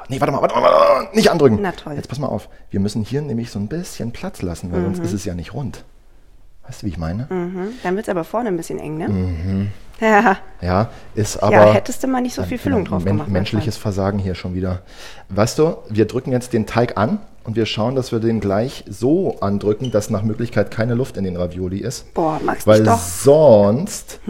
S2: Nee, warte mal, warte mal, warte mal, nicht andrücken.
S1: Na toll.
S2: Jetzt pass mal auf. Wir müssen hier nämlich so ein bisschen Platz lassen, weil sonst ist es ja nicht rund. Weißt du, wie ich meine?
S1: Mhm. Dann wird es aber vorne ein bisschen eng, ne?
S2: Mhm.
S1: Ja.
S2: Ja, ist aber.
S1: ja, hättest du mal nicht so viel Füllung drauf
S2: Men-
S1: gemacht. mein
S2: Menschliches Versagen hier schon wieder. Weißt du, wir drücken jetzt den Teig an und wir schauen, dass wir den gleich so andrücken, dass nach Möglichkeit keine Luft in den Ravioli ist.
S1: Boah, magst
S2: Weil
S1: dich doch. Hm?
S2: sonst,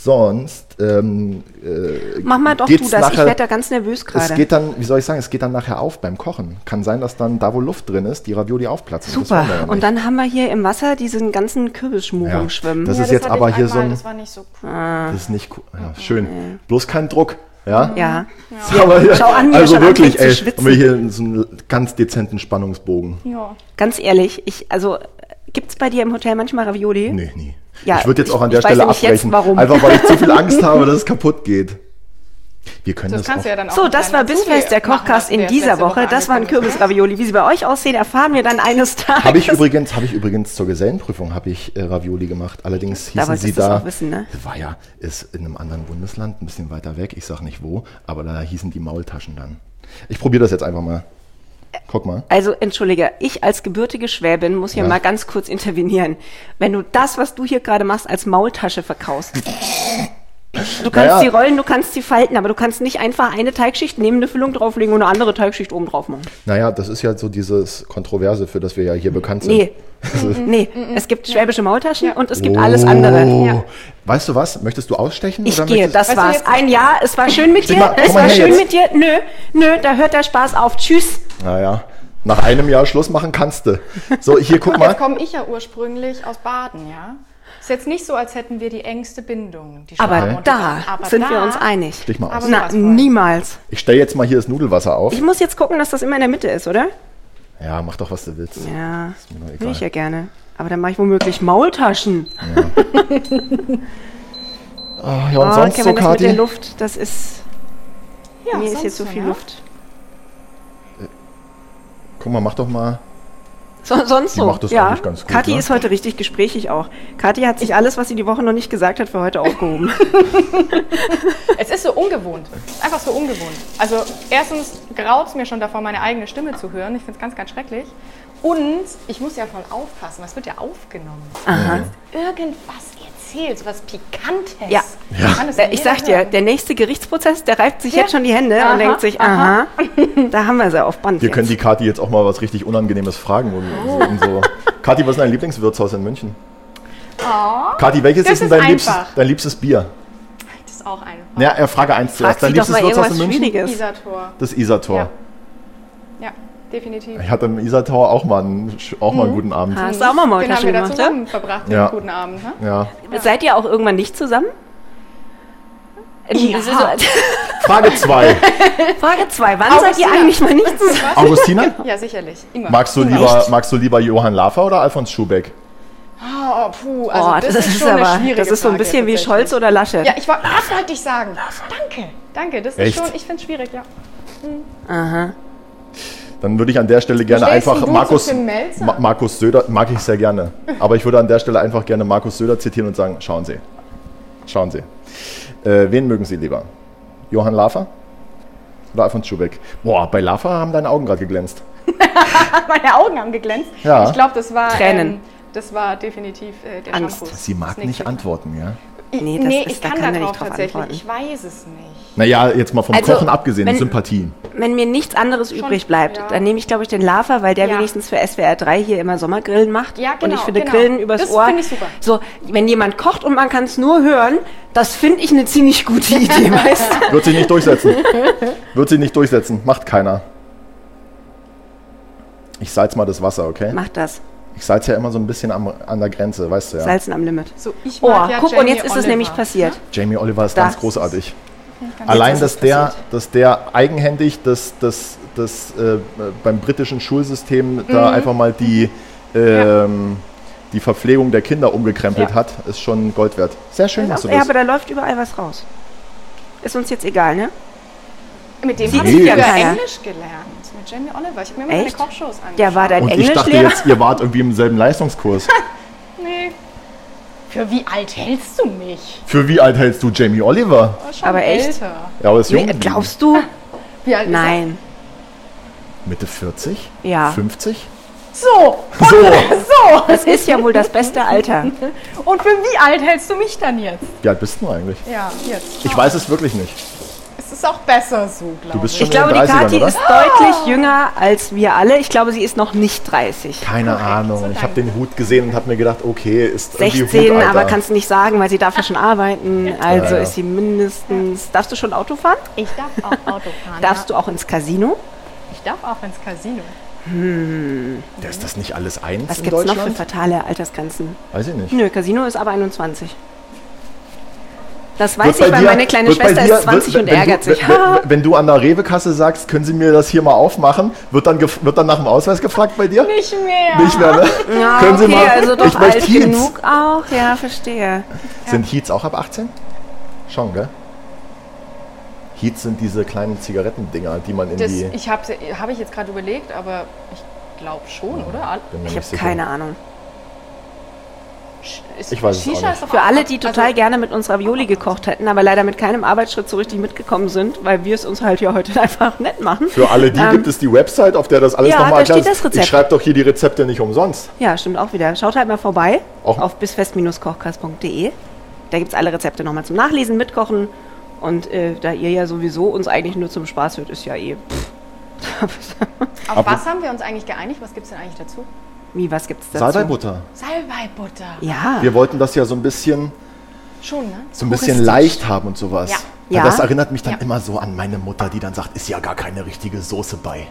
S2: sonst, ähm, äh,
S1: Freund. Mach mal doch du
S2: geht's
S1: das. ich
S2: nachher-
S1: werde da ganz nervös
S2: es
S1: gerade.
S2: geht dann, wie soll ich sagen, es geht dann nachher auf beim Kochen. Kann sein, dass dann da, wo Luft drin ist, die Ravioli aufplatzen. Das wollen wir ja
S1: Super. Und
S2: nicht.
S1: dann haben wir hier im Wasser diesen ganzen Kürbisschmuh
S2: Ja.
S1: rumschwimmen.
S2: Das
S3: Ja,
S2: ist jetzt
S3: hatte
S2: aber
S3: ich
S2: hier so
S3: einmal,
S2: ein,
S3: Das war nicht so cool.
S1: Ah.
S2: das ist nicht cool. Ja, schön. Bloß kein Druck. Ja?
S1: ja.
S2: Aber,
S1: Schau an, wie er
S2: also
S1: schon
S2: wirklich, ey,
S1: anfängt zu
S2: haben wir hier so einen ganz dezenten Spannungsbogen.
S3: Ja.
S1: Ganz ehrlich, ich, also, gibt's bei dir im Hotel manchmal Ravioli?
S2: Nee, nie.
S1: Ja,
S2: ich würde jetzt auch an
S1: ich-
S2: der
S1: ich weiß
S2: Stelle
S1: nämlich
S2: abbrechen.
S1: jetzt, warum.
S2: Einfach weil ich zu viel Angst habe, dass es kaputt geht. Wir können
S3: Das
S2: das,
S3: kannst
S2: auch.
S3: du ja dann auch.
S1: So,
S3: mit
S1: das
S3: deinen
S1: war
S3: Erzähl-
S1: Bissfest, der
S3: machen,
S1: Kochcast
S3: was wir
S1: in
S3: jetzt
S1: dieser
S3: letzte
S1: Woche. Das waren
S3: angefangen haben.
S1: Kürbisravioli. Wie sie bei euch aussehen, erfahren wir dann eines Tages.
S2: habe ich übrigens, habe ich übrigens zur Gesellenprüfung habe ich äh, Ravioli gemacht. Allerdings hießen
S1: wolltest
S2: sie
S1: du's
S2: da,
S1: auch wissen, ne?
S2: war ja, ist in einem anderen Bundesland, ein bisschen weiter weg. Ich sag nicht wo, aber da hießen die Maultaschen dann. Ich probiere das jetzt einfach mal. Guck mal.
S1: Also entschuldige, ich als gebürtige Schwäbin muss hier
S2: Ja.
S1: mal ganz kurz intervenieren. Wenn du das, was du hier gerade machst, als Maultasche verkaufst. Also Du kannst
S2: Naja.
S1: sie rollen, du kannst sie falten, aber du kannst nicht einfach eine Teigschicht neben eine Füllung drauflegen und eine andere Teigschicht oben drauf machen.
S2: Naja, das ist ja so dieses Kontroverse, für das wir ja hier bekannt sind.
S1: Nee.
S3: Mhm,
S1: nee, es gibt schwäbische Maultaschen und es gibt alles
S2: Oh.
S1: andere.
S2: Weißt du was? Möchtest du ausstechen?
S1: Ich
S2: oder
S1: gehe,
S2: möchtest-
S1: das
S3: Weißt du,
S1: war's.
S3: jetzt-
S1: Ein Jahr, es war schön mit dir,
S2: Sigmar, komm
S1: es
S2: mal
S1: war
S2: her
S1: schön
S2: jetzt.
S1: mit dir. Nö, nö, da hört der Spaß auf. Tschüss.
S2: Naja, nach einem Jahr Schluss machen kannst du. So, hier, guck
S3: Jetzt
S2: mal.
S3: komme ich ja ursprünglich aus Baden, ja. Ist jetzt nicht so, als hätten wir die engste Bindung. Die
S1: Aber
S3: Schwaben und die
S1: da
S3: Baden. Aber
S1: sind
S3: da-
S1: wir uns einig.
S2: Stich mal aus.
S3: Aber-
S1: Na,
S3: sowas von.
S1: niemals.
S2: Ich stelle jetzt mal hier das Nudelwasser auf.
S1: Ich muss jetzt gucken, dass das immer in der Mitte ist, oder?
S2: Ja, mach doch, was du willst.
S1: Ja,
S2: Ist mir doch
S1: würde
S2: egal.
S1: ich ja gerne. Aber dann mache ich womöglich Maultaschen.
S2: Ah, ja, und
S1: Oh,
S2: sonst so,
S1: Kevin, das mit der
S2: Kathi?
S1: Luft, das ist...
S3: Ja,
S1: mir ist
S3: sonst
S1: jetzt so
S3: so,
S1: viel
S3: ne?
S1: Luft.
S2: Guck mal, mach doch mal.
S1: So, sonst
S2: Die
S1: so.
S2: macht das
S1: ja.
S2: eigentlich ganz gut,
S1: Kathi
S2: ne?
S1: ist heute richtig gesprächig auch. Kathi hat sich alles, was sie die Woche noch nicht gesagt hat, für heute aufgehoben.
S3: Es ist so ungewohnt. Es ist einfach so ungewohnt. Also erstens graut es mir schon davor, meine eigene Stimme zu hören. Ich finde es ganz, ganz schrecklich. Und ich muss ja voll aufpassen, was wird ja aufgenommen?
S1: Aha.
S3: Irgendwas erzählst, was Pikantes.
S1: Ja.
S3: Kann es
S1: Der, Äh, ich
S3: jeder
S1: sag dir,
S3: hören.
S1: der nächste Gerichtsprozess, der reibt sich
S3: Ja.
S1: jetzt schon die Hände
S3: Aha,
S1: und denkt sich, aha, da haben wir sie auf Band.
S2: Wir
S1: jetzt. Oh.
S2: können die Kathi jetzt auch mal was richtig Unangenehmes fragen. Und so, und so. Kathi, was ist dein Lieblingswirtshaus in München?
S1: Oh.
S2: Kathi, welches
S3: Das
S2: ist denn
S3: ist
S2: dein, liebstes,
S3: einfach.
S2: dein liebstes Bier?
S3: Das ist auch einfach.
S2: Ja, äh, Frage 1
S1: Frag
S2: zuerst.
S1: sie
S2: Dein
S1: doch
S2: liebstes
S1: mal
S2: Wirtshaus in
S1: irgendwas
S2: München?
S1: Schwieriges.
S3: Isartor.
S2: Das Isartor.
S3: Ja. ja, definitiv.
S2: Ich hatte im Isartor auch mal einen, auch mal einen
S1: Mhm.
S2: guten Abend.
S1: Hast du auch mal
S3: Den haben
S1: Maultaschen
S3: wir da
S1: gemacht, ja?
S3: zusammen verbracht,
S2: Ja.
S3: den guten Abend. Ne?
S2: Ja.
S1: Seid ihr auch irgendwann nicht zusammen? Ja.
S2: Frage 2.
S1: Frage 2. Wann seid ihr
S3: Augustina.
S1: eigentlich mal nicht zusammen?
S2: Augustina?
S3: Ja, sicherlich. Immer.
S2: Magst du, lieber, magst du lieber Johann Laffer oder Alfons Schubeck?
S3: Oh, puh, also
S1: oh,
S3: das, ist, schon eine schwierige
S1: das ist so ein
S3: Frage
S1: bisschen wie
S3: tatsächlich.
S1: Scholz oder Laschet.
S3: Ja, ich war, das wollte ich sagen. Danke, danke. Das
S2: Echt?
S3: ist schon, ich finde es schwierig, ja.
S2: Dann würde ich an der Stelle gerne
S3: stellst
S2: einfach
S3: du zu
S2: Markus,
S3: Tim Mälzer?
S2: Ma Markus Söder, mag ich sehr gerne, aber ich würde an der Stelle einfach gerne Markus Söder zitieren und sagen, schauen Sie, schauen Sie. Äh, wen mögen Sie lieber? Johann Lafer oder Alfons Schubeck? Boah, bei Lafer haben deine Augen gerade geglänzt.
S3: Meine Augen haben geglänzt.
S2: Ja.
S3: Ich glaube, das war.
S1: Tränen.
S3: Ähm, das mag definitiv äh, der
S1: Angst.
S3: Shampoo.
S2: Sie mag
S3: Das ist
S2: nicht
S3: nix.
S2: antworten, ja?
S3: Ich,
S1: Nee,
S3: nee,
S1: das ist-
S3: ich
S1: da
S3: kann,
S1: kann er
S3: darauf
S1: nicht drauf
S3: tatsächlich.
S1: antworten.
S3: Ich weiß es nicht.
S2: Naja, jetzt mal vom
S1: Also,
S2: Kochen abgesehen,
S1: wenn-
S2: Sympathien.
S1: Wenn mir nichts anderes übrig bleibt,
S3: ja.
S1: dann nehme ich, glaube ich, den Lava, weil der
S3: Ja.
S1: wenigstens für SWR 3 hier immer Sommergrillen macht.
S3: Ja,
S1: Und ich
S3: genau,
S1: finde
S3: genau.
S1: Grillen übers
S3: Das
S1: Ohr.
S3: finde ich super.
S1: So, wenn jemand kocht und man kann es nur hören, das finde ich eine ziemlich gute Idee, weißt du?
S2: Wird sich nicht durchsetzen. Wird sich nicht durchsetzen, macht keiner. Ich salz mal das Wasser, okay?
S1: Mach das.
S2: Ich salz ja immer so ein bisschen am, an der Grenze, weißt du ja.
S1: Salzen am Limit.
S3: So, ich
S1: Oh,
S3: mag ja
S1: guck, und
S3: Jamie
S1: jetzt ist es
S3: Oliver.
S1: nämlich passiert.
S2: Jamie Oliver ist
S1: Das
S2: ganz großartig. Allein, dass der, dass der eigenhändig das, das, das, äh, beim britischen Schulsystem da
S1: Mhm.
S2: einfach mal die, ähm, die Verpflegung der Kinder umgekrempelt
S3: Ja.
S2: hat, ist schon Gold wert. Sehr schön, dass du
S1: ja,
S2: das.
S1: aber da läuft überall was raus. Ist uns jetzt egal, ne?
S3: Mit dem
S2: Sie
S3: habe ich
S2: geht.
S3: ja
S1: Ja.
S3: Englisch gelernt. Mit Jamie Oliver. Ich habe mir immer meine
S1: Echt?
S3: Kochshows angeschaut.
S1: Der war dein
S2: Und ich dachte
S1: Englischlehrer.
S2: jetzt, ihr wart irgendwie im selben Leistungskurs.
S3: Nee, Für wie alt hältst du mich?
S2: Für wie alt hältst du Jamie Oliver?
S3: Oh, schon
S1: Aber echt?
S3: älter.
S2: Ja, aber ist jung.
S1: Nee, glaubst du?
S3: Wie alt
S1: Nein.
S2: Mitte 40?
S1: Ja.
S2: 50?
S3: Ist er? So,
S2: So!
S3: so.
S1: Das ist ja wohl das beste Alter.
S3: Und für wie alt hältst du mich dann jetzt?
S2: Wie alt bist du denn eigentlich?
S3: Ja, jetzt.
S2: Ich weiß es wirklich nicht.
S3: Es ist auch besser so, glaube ich.
S2: Du bist schon
S1: Ich glaube, die
S2: in den 30ern,
S1: Kathi
S2: oder?
S1: ist deutlich jünger als wir alle. Ich glaube, sie ist noch nicht 30.
S2: Keine Ahnung. Ich habe den Hut gesehen und habe mir gedacht, okay, ist irgendwie
S1: 16,
S2: Hutalter.
S1: aber kannst du nicht sagen, weil sie darf ja schon arbeiten. Also
S2: Ja, ja.
S1: ist sie mindestens. Darfst du schon Auto fahren?
S3: Ich darf auch Auto fahren.
S1: Darfst du auch ins Casino?
S3: Ich darf auch ins Casino.
S2: Ist das nicht alles eins
S1: Was
S2: in
S1: gibt's noch
S2: Deutschland?
S1: für fatale Altersgrenzen?
S2: weiß ich nicht.
S1: Nö, Casino ist aber 21. Das
S2: Wird
S1: weiß
S2: bei
S1: ich, weil
S2: dir-
S1: meine kleine
S2: wird bei
S1: Schwester
S2: dir-
S1: ist 20
S2: wird-
S1: und
S2: wenn du-
S1: ärgert sich.
S2: Wenn, wenn, wenn du an der Rewe-Kasse sagst, können sie mir das hier mal aufmachen, wird dann, gef- wird dann nach dem Ausweis gefragt bei dir?
S3: Nicht mehr.
S2: Nicht mehr, ne?
S1: Ja,
S2: können sie
S1: okay,
S2: mal,
S1: also doch
S2: ich möchte
S1: alt
S2: Heats.
S1: genug auch. Ja, verstehe.
S2: Sind Heats auch ab 18? Schon, gell? Heats sind diese kleinen Zigarettendinger, die man in
S3: Das,
S2: die...
S3: ich habe hab ich jetzt gerade überlegt, aber ich glaube schon, oder?
S2: bin mir
S1: Ich
S2: nicht
S1: habe
S2: sicher.
S1: keine Ahnung.
S3: Ist,
S2: Ich weiß es auch nicht.
S3: ist doch
S1: Für
S3: auch-
S1: alle, die total
S3: also,
S1: gerne mit uns Ravioli gekocht hätten, aber leider mit keinem Arbeitsschritt so richtig mitgekommen sind, weil wir es uns halt ja heute einfach nett machen.
S2: Für alle die
S1: Ähm,
S2: gibt es die Website, auf der das alles
S1: ja,
S2: nochmal
S1: da
S2: erklärt
S1: steht das
S2: ist. Ich
S1: Rezept.
S2: schreibe doch hier die Rezepte nicht umsonst.
S1: Ja, stimmt auch wieder. Schaut halt mal vorbei
S2: Auch-
S1: auf bisfest-kochkast.de. Da gibt es alle Rezepte nochmal zum Nachlesen, Mitkochen. Und äh, da ihr ja sowieso uns eigentlich nur zum Spaß hört, ist ja eh. Pff.
S3: Auf was haben wir uns eigentlich geeinigt? Was gibt es denn eigentlich dazu?
S1: Wie, was gibt's dazu?
S2: Salbeibutter.
S3: Salbeibutter.
S1: Ja.
S2: Wir wollten das ja so ein bisschen,
S3: Schon, ne?
S2: so ein bisschen
S1: Puristisch.
S2: leicht haben und sowas.
S3: Ja.
S2: Weil
S1: Ja.
S2: Das erinnert mich dann
S3: Ja.
S2: immer so an meine Mutter, die dann sagt, ist ja gar keine richtige Soße bei.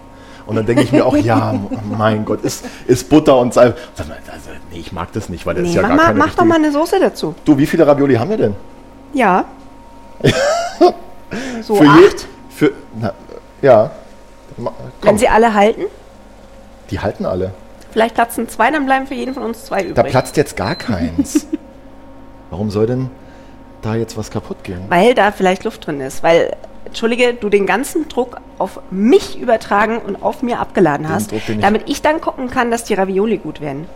S2: Und dann denke ich mir auch, ja, m- mein Gott, ist, ist Butter und Salz. Sag mal, Also, nee, ich mag das nicht, weil das
S1: nee,
S2: ist ja
S1: mach,
S2: gar
S1: mal,
S2: keine
S1: mach doch
S2: richtige...
S1: mal eine Soße dazu.
S2: du, wie viele Ravioli haben wir denn?
S1: Ja. so
S2: Für je-
S1: acht,
S2: Für, na, ja. Ma- Komm,
S1: wenn sie alle halten.
S2: die halten alle.
S1: Vielleicht platzen zwei, dann bleiben für jeden von uns zwei übrig.
S2: Da platzt jetzt gar keins. Warum soll denn da jetzt was kaputt gehen?
S1: weil da vielleicht Luft drin ist. Weil, entschuldige, du den ganzen Druck auf mich übertragen und auf mir abgeladen
S2: Den
S1: hast,
S2: Druck, den ich-
S1: damit ich dann gucken kann, dass die Ravioli gut werden.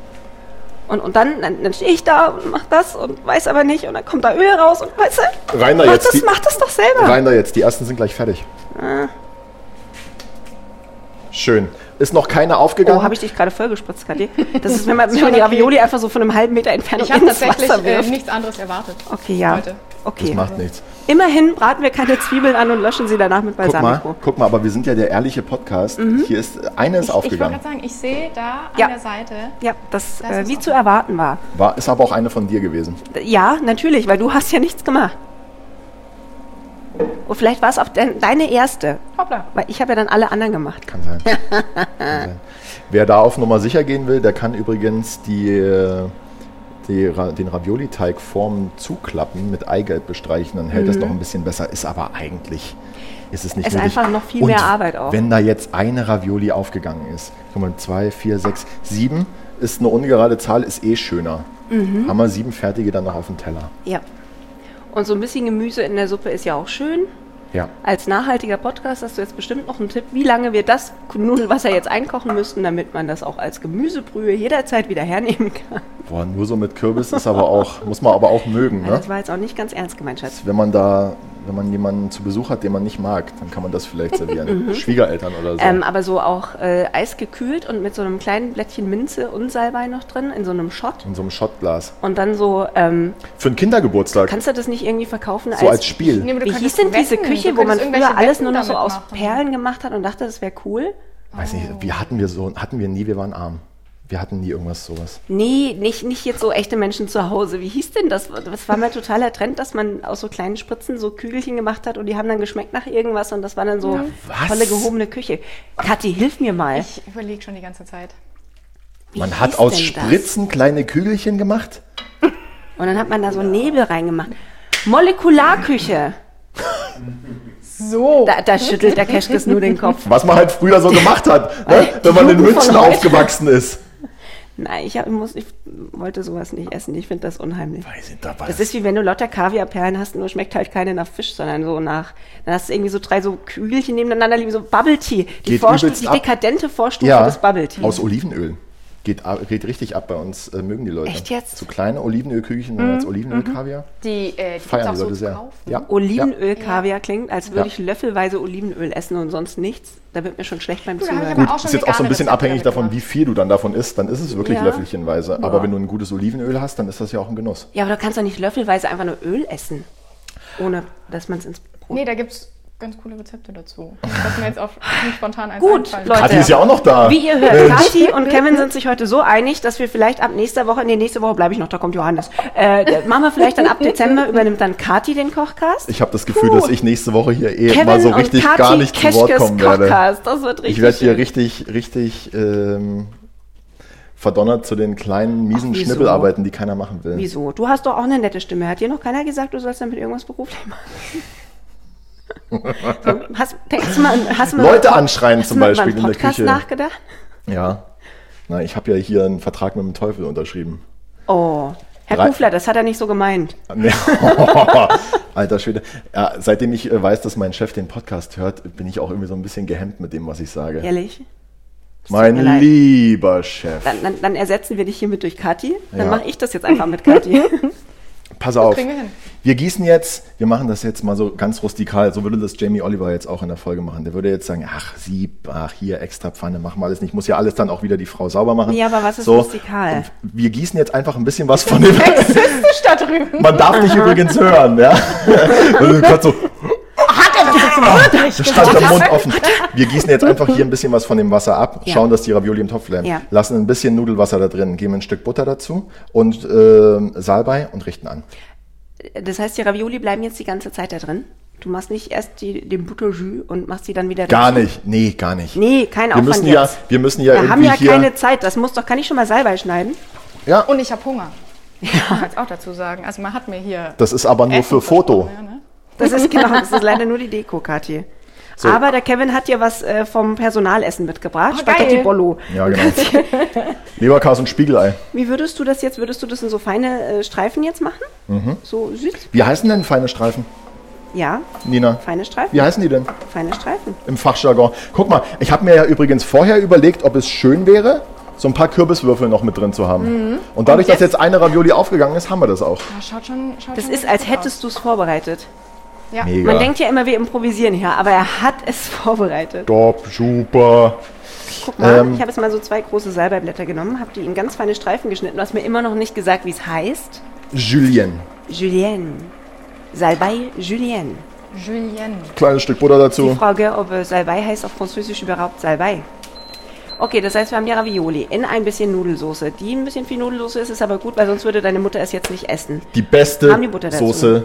S1: Und, und dann, dann, dann stehe ich da und mach das und weiß aber nicht und dann kommt da Öl raus und weißt du,
S2: Rein da
S1: mach,
S2: jetzt
S1: das,
S2: die-
S1: mach das doch selber.
S2: Rein da jetzt, die ersten sind gleich fertig. Schön. Ist noch keine aufgegangen?
S1: Oh, habe ich dich gerade vollgespritzt, Kathi? Das ist, wenn man, wenn man die Ravioli einfach so von einem halben Meter entfernt
S3: Ich habe
S1: ins
S3: tatsächlich
S1: Wasser
S3: äh,
S1: wirft.
S3: nichts anderes erwartet.
S1: Okay, ja.
S3: Leute.
S2: das
S1: Okay.
S2: macht nichts.
S1: Immerhin braten wir keine Zwiebeln an und löschen sie danach mit
S2: Guck mal,
S1: Balsamico.
S2: guck mal, aber wir sind ja der ehrliche Podcast. Hier ist eine ist
S3: Ich wollte
S2: aufgegangen.
S3: gerade sagen, ich sehe da an
S1: Ja.
S3: der Seite.
S1: Ja, das,
S3: Das
S1: äh,
S3: ist
S1: wie
S3: auch-
S1: zu erwarten war.
S2: War, ist aber auch eine von dir gewesen.
S1: Ja, natürlich, weil du hast ja nichts gemacht. Und vielleicht war es auch dein, deine erste,
S3: Hoppla.
S1: weil ich habe ja dann alle anderen gemacht.
S2: Kann sein. kann sein. Wer da auf Nummer sicher gehen will, der kann übrigens die, äh, die, Ra- den Ravioli-Teig vorm zuklappen, mit Eigelb bestreichen, dann hält das noch ein bisschen besser. Ist aber eigentlich, ist es nicht
S1: Mhm. Ist
S2: nötig.
S1: einfach noch viel
S2: Und
S1: mehr Arbeit auch.
S2: wenn da jetzt eine Ravioli aufgegangen ist, guck mal, zwei, vier, sechs, sieben ist eine ungerade Zahl, ist eh schöner.
S1: Mhm.
S2: Haben wir sieben fertige dann noch auf dem Teller.
S1: Ja. Und so ein bisschen Gemüse in der Suppe ist ja auch schön.
S2: Ja.
S1: Als nachhaltiger Podcast hast du jetzt bestimmt noch einen Tipp, wie lange wir das Nudelwasser jetzt einkochen müssten, damit man das auch als Gemüsebrühe jederzeit wieder hernehmen kann.
S2: Boah, nur so mit Kürbis ist aber auch, muss man aber auch mögen, ne?
S1: Also Das war jetzt auch nicht ganz ernst gemeint, Schatz.
S2: Wenn man da, wenn man jemanden zu Besuch hat, den man nicht mag, dann kann man das vielleicht servieren. Schwiegereltern oder so.
S1: Mhm. Ähm, aber so auch äh, eisgekühlt und mit so einem kleinen Blättchen Minze und Salbei noch drin, in so einem Shot.
S2: In so einem Schottglas.
S1: Und dann so ähm,
S2: Für einen Kindergeburtstag.
S1: Kannst du das nicht irgendwie verkaufen
S2: so als Spiel.
S3: Nee, aber du
S1: Wie hieß
S3: könntest
S1: denn diese
S3: wetten.
S1: Küche,
S3: Du
S1: wo man
S3: könntest irgendwelche
S1: früher alles
S3: Wetten
S1: nur noch so
S3: damit
S1: aus
S3: machen.
S1: Perlen gemacht hat und dachte, das wäre cool?
S2: Weiß nicht, wie hatten wir so, hatten wir nie, wir waren arm. Wir hatten nie irgendwas sowas.
S1: Nee, nicht, nicht jetzt so echte Menschen zu Hause. Wie hieß denn das? Das war mal totaler Trend, dass man aus so kleinen Spritzen so Kügelchen gemacht hat und die haben dann geschmeckt nach irgendwas und das war dann so
S2: was?
S1: tolle gehobene Küche. Kathi, hilf mir mal.
S3: Ich überlege schon die ganze Zeit.
S1: Wie
S2: Man
S1: hieß
S2: hat aus
S1: denn das?
S2: Spritzen kleine Kügelchen gemacht.
S1: Und dann hat man da so Nebel reingemacht. Molekularküche.
S3: So.
S1: Da, da schüttelt der Keschkes nur den Kopf.
S2: Was man halt früher so gemacht hat, ne? wenn man in
S1: Äh, Jugend von
S2: München
S1: heute.
S2: aufgewachsen ist.
S1: Nein, ich, hab, muss, ich wollte sowas nicht essen. Ich finde das unheimlich.
S2: Weiß ich, da war
S1: Das
S2: das-
S1: ist wie wenn du lauter Kaviarperlen hast, nur schmeckt halt keine nach Fisch, sondern so nach. Dann hast du irgendwie so drei so Kügelchen nebeneinander liegen, so Bubble Tea. Die,
S2: Geht
S1: Vorstu-
S2: übelst
S1: die
S2: ab.
S1: dekadente Vorstufe
S2: ja,
S1: des Bubble Tea.
S2: aus Olivenöl. Geht, ab- geht richtig ab bei uns, äh, mögen die Leute.
S1: Echt jetzt? Mhm,
S2: So kleine Olivenölkügelchen dann als Olivenölkaviar.
S3: Die, äh, die gibt's
S2: Feiern
S3: auch
S2: die
S3: so
S2: Leute
S3: zu
S2: sehr.
S3: kaufen.
S2: Ja. Ja.
S1: Olivenöl-Kaviar klingt, als würde
S2: Ja.
S1: ich löffelweise Olivenöl essen und sonst nichts. Da wird mir schon schlecht beim
S3: da hab ich
S1: Zuhören.
S3: aber
S2: Gut,
S3: auch schon
S2: ist jetzt auch so ein
S3: vegane
S2: bisschen
S3: Rezepte
S2: abhängig
S3: damit
S2: davon,
S3: gemacht.
S2: wie viel du dann davon isst, dann ist es wirklich
S1: Ja.
S2: löffelchenweise. Aber wenn du ein gutes Olivenöl hast, dann ist das ja auch ein Genuss.
S1: Ja, aber du kannst doch nicht löffelweise einfach nur Öl essen, ohne dass man es ins Brot...
S3: Nee, da gibt es ganz coole Rezepte dazu. Was mir jetzt auch nicht spontan eins
S1: Gut,
S3: einfallen.
S1: Leute.
S2: Kathi ist ja auch noch da.
S1: Wie ihr hört, Kathi und Kevin sind sich heute so einig, dass wir vielleicht ab nächster Woche, nee, nächste Woche bleibe ich noch, da kommt Johannes. Äh, der- machen wir vielleicht dann ab Dezember, übernimmt dann Kathi den Kochcast.
S2: Ich habe das Gefühl, dass ich nächste Woche hier eh
S1: Kevin
S2: mal so
S1: und
S2: richtig
S1: Kathi
S2: gar nicht zu Wort
S1: Keschkes
S2: kommen werde.
S1: Kochcast, das wird richtig
S2: Ich werde hier
S1: schön.
S2: richtig, richtig ähm, verdonnert zu den kleinen, miesen
S1: Ach, wieso?
S2: Schnippelarbeiten, die keiner machen will.
S1: Wieso? Du hast doch auch eine nette Stimme. Hat dir noch keiner gesagt, du sollst damit irgendwas beruflich machen? So, hast, denkst du mal, an- hast du mal
S2: Leute
S1: über-
S2: anschreien
S1: hast du
S2: zum
S1: mal über
S2: Beispiel
S1: einen
S2: in der
S1: Podcast
S2: Küche.
S1: nachgedacht?
S2: Ja. Na, ich habe ja hier einen Vertrag mit dem Teufel unterschrieben.
S1: Oh, Herr
S2: Drei-
S1: Kufler, das hat er nicht so gemeint.
S2: Nee. Alter Schwede. Ja, seitdem ich äh, weiß, dass mein Chef den Podcast hört, bin ich auch irgendwie so ein bisschen gehemmt mit dem, was ich sage.
S1: Ehrlich?
S2: mein
S1: mir leid.
S2: lieber Chef.
S1: Dann, dann, dann ersetzen wir dich hiermit durch Kathi. Dann
S2: Ja.
S1: mache ich das jetzt einfach mit Kathi.
S2: Pass auf.
S3: kriegen wir hin.
S2: Wir gießen jetzt, wir machen das jetzt mal so ganz rustikal. So würde das Jamie Oliver jetzt auch in der Folge machen. Der würde jetzt sagen, ach, Sieb, ach, hier, extra Pfanne, machen wir alles nicht. Muss ja alles dann auch wieder die Frau sauber machen.
S1: Ja, aber was ist
S2: so,
S1: rustikal?
S2: Und wir gießen jetzt einfach ein bisschen was von dem.
S3: Fisch da drüben.
S2: Man darf dich übrigens hören, ja. Also grad so, hat er das jetzt stand der Mund offen. Wir gießen jetzt einfach hier ein bisschen was von dem Wasser ab,
S1: Ja.
S2: schauen, dass die Ravioli im Topf bleiben,
S1: Ja.
S2: lassen ein bisschen Nudelwasser da drin, geben ein Stück Butter dazu und ähm, Salbei und richten an.
S1: Das heißt, die Ravioli bleiben jetzt die ganze Zeit da drin. Du machst nicht erst die, den Butterjus und machst die dann wieder
S2: Gar
S1: dazu.
S2: nicht, nee, gar nicht.
S1: Nee, kein
S2: wir
S1: Aufwand
S2: müssen
S1: jetzt.
S2: ja, wir müssen ja
S1: Wir haben
S2: irgendwie
S1: ja
S2: hier.
S1: keine Zeit. Das muss doch, kann ich schon mal Salbei schneiden?
S2: ja,
S3: Und ich habe Hunger. Ich muss jetzt auch dazu sagen. Also man hat mir hier.
S2: das ist aber nur
S3: Essen
S2: für Foto.
S3: versprochen, Ja, ne?
S1: Das ist genau, das ist leider nur die Deko, Kathi. Aber der Kevin hat dir was äh, vom Personalessen mitgebracht.
S3: Oh, geil.
S1: Spaghetti Bollo.
S2: Ja, genau. Leberkas und Spiegelei.
S1: Wie würdest du das jetzt? Würdest du das in so feine äh, Streifen jetzt machen? So süß?
S2: Wie heißen denn feine Streifen,
S1: Ja,
S2: Nina?
S1: feine Streifen.
S2: Wie heißen die denn?
S1: Feine Streifen.
S2: im Fachjargon. Guck mal, ich habe mir ja übrigens vorher überlegt, ob es schön wäre, so ein paar Kürbiswürfel noch mit drin zu
S1: Mhm.
S2: haben. Und dadurch, dass jetzt eine Ravioli aufgegangen ist, haben wir das auch.
S3: Ja, schaut schon. Schaut
S1: Das
S3: schon
S1: ist, als
S3: gut aus.
S1: hättest du es vorbereitet.
S3: Ja.
S2: Mega.
S1: Man denkt ja immer, wir improvisieren hier, aber er hat es vorbereitet.
S2: Top, super.
S1: Guck mal,
S2: Ähm.
S1: ich habe jetzt mal so zwei große Salbeiblätter genommen, habe die in ganz feine Streifen geschnitten. Du hast mir immer noch nicht gesagt, wie es heißt.
S2: Julien.
S1: Julienne. Salbei Julienne.
S3: Julienne.
S2: Kleines Stück Butter
S1: Die
S2: dazu.
S1: Frage, ob äh, Salbei heißt auf Französisch überhaupt Salbei. Okay, das heißt, wir haben die Ravioli in ein bisschen Nudelsoße. Die ein bisschen viel Nudelsoße ist, ist aber gut, weil sonst würde deine Mutter es jetzt nicht essen.
S2: Die beste
S1: Haben die Butter dazu. Mhm.
S2: Soße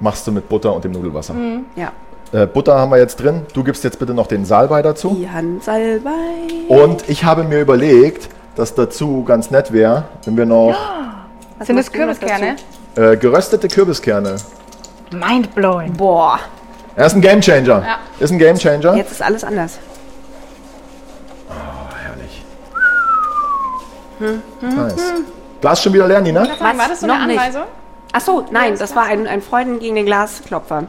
S2: machst du mit Butter und dem Nudelwasser.
S1: Ja.
S2: Äh, Butter haben wir jetzt drin. Du gibst jetzt bitte noch den Salbei dazu.
S1: Die Hand Salbei.
S2: Und ich habe mir überlegt, dass dazu ganz nett wäre, wenn wir noch
S1: Was
S3: Sind das
S1: machst du noch
S3: Kürbiskerne?
S1: dazu?
S2: äh, geröstete Kürbiskerne.
S3: Mindblowing.
S1: Boah,
S2: Er ist ein Gamechanger.
S3: Ja.
S2: Ist ein Gamechanger.
S1: jetzt ist alles anders.
S2: Herrlich. Nice. Glas schon wieder ne? leer, Nina?
S3: Was? War das so eine
S1: Noch nicht.
S3: Anweisung?
S1: Ach so, nein,
S3: das
S1: das war ein, ein Freuden gegen den Glasklopfer.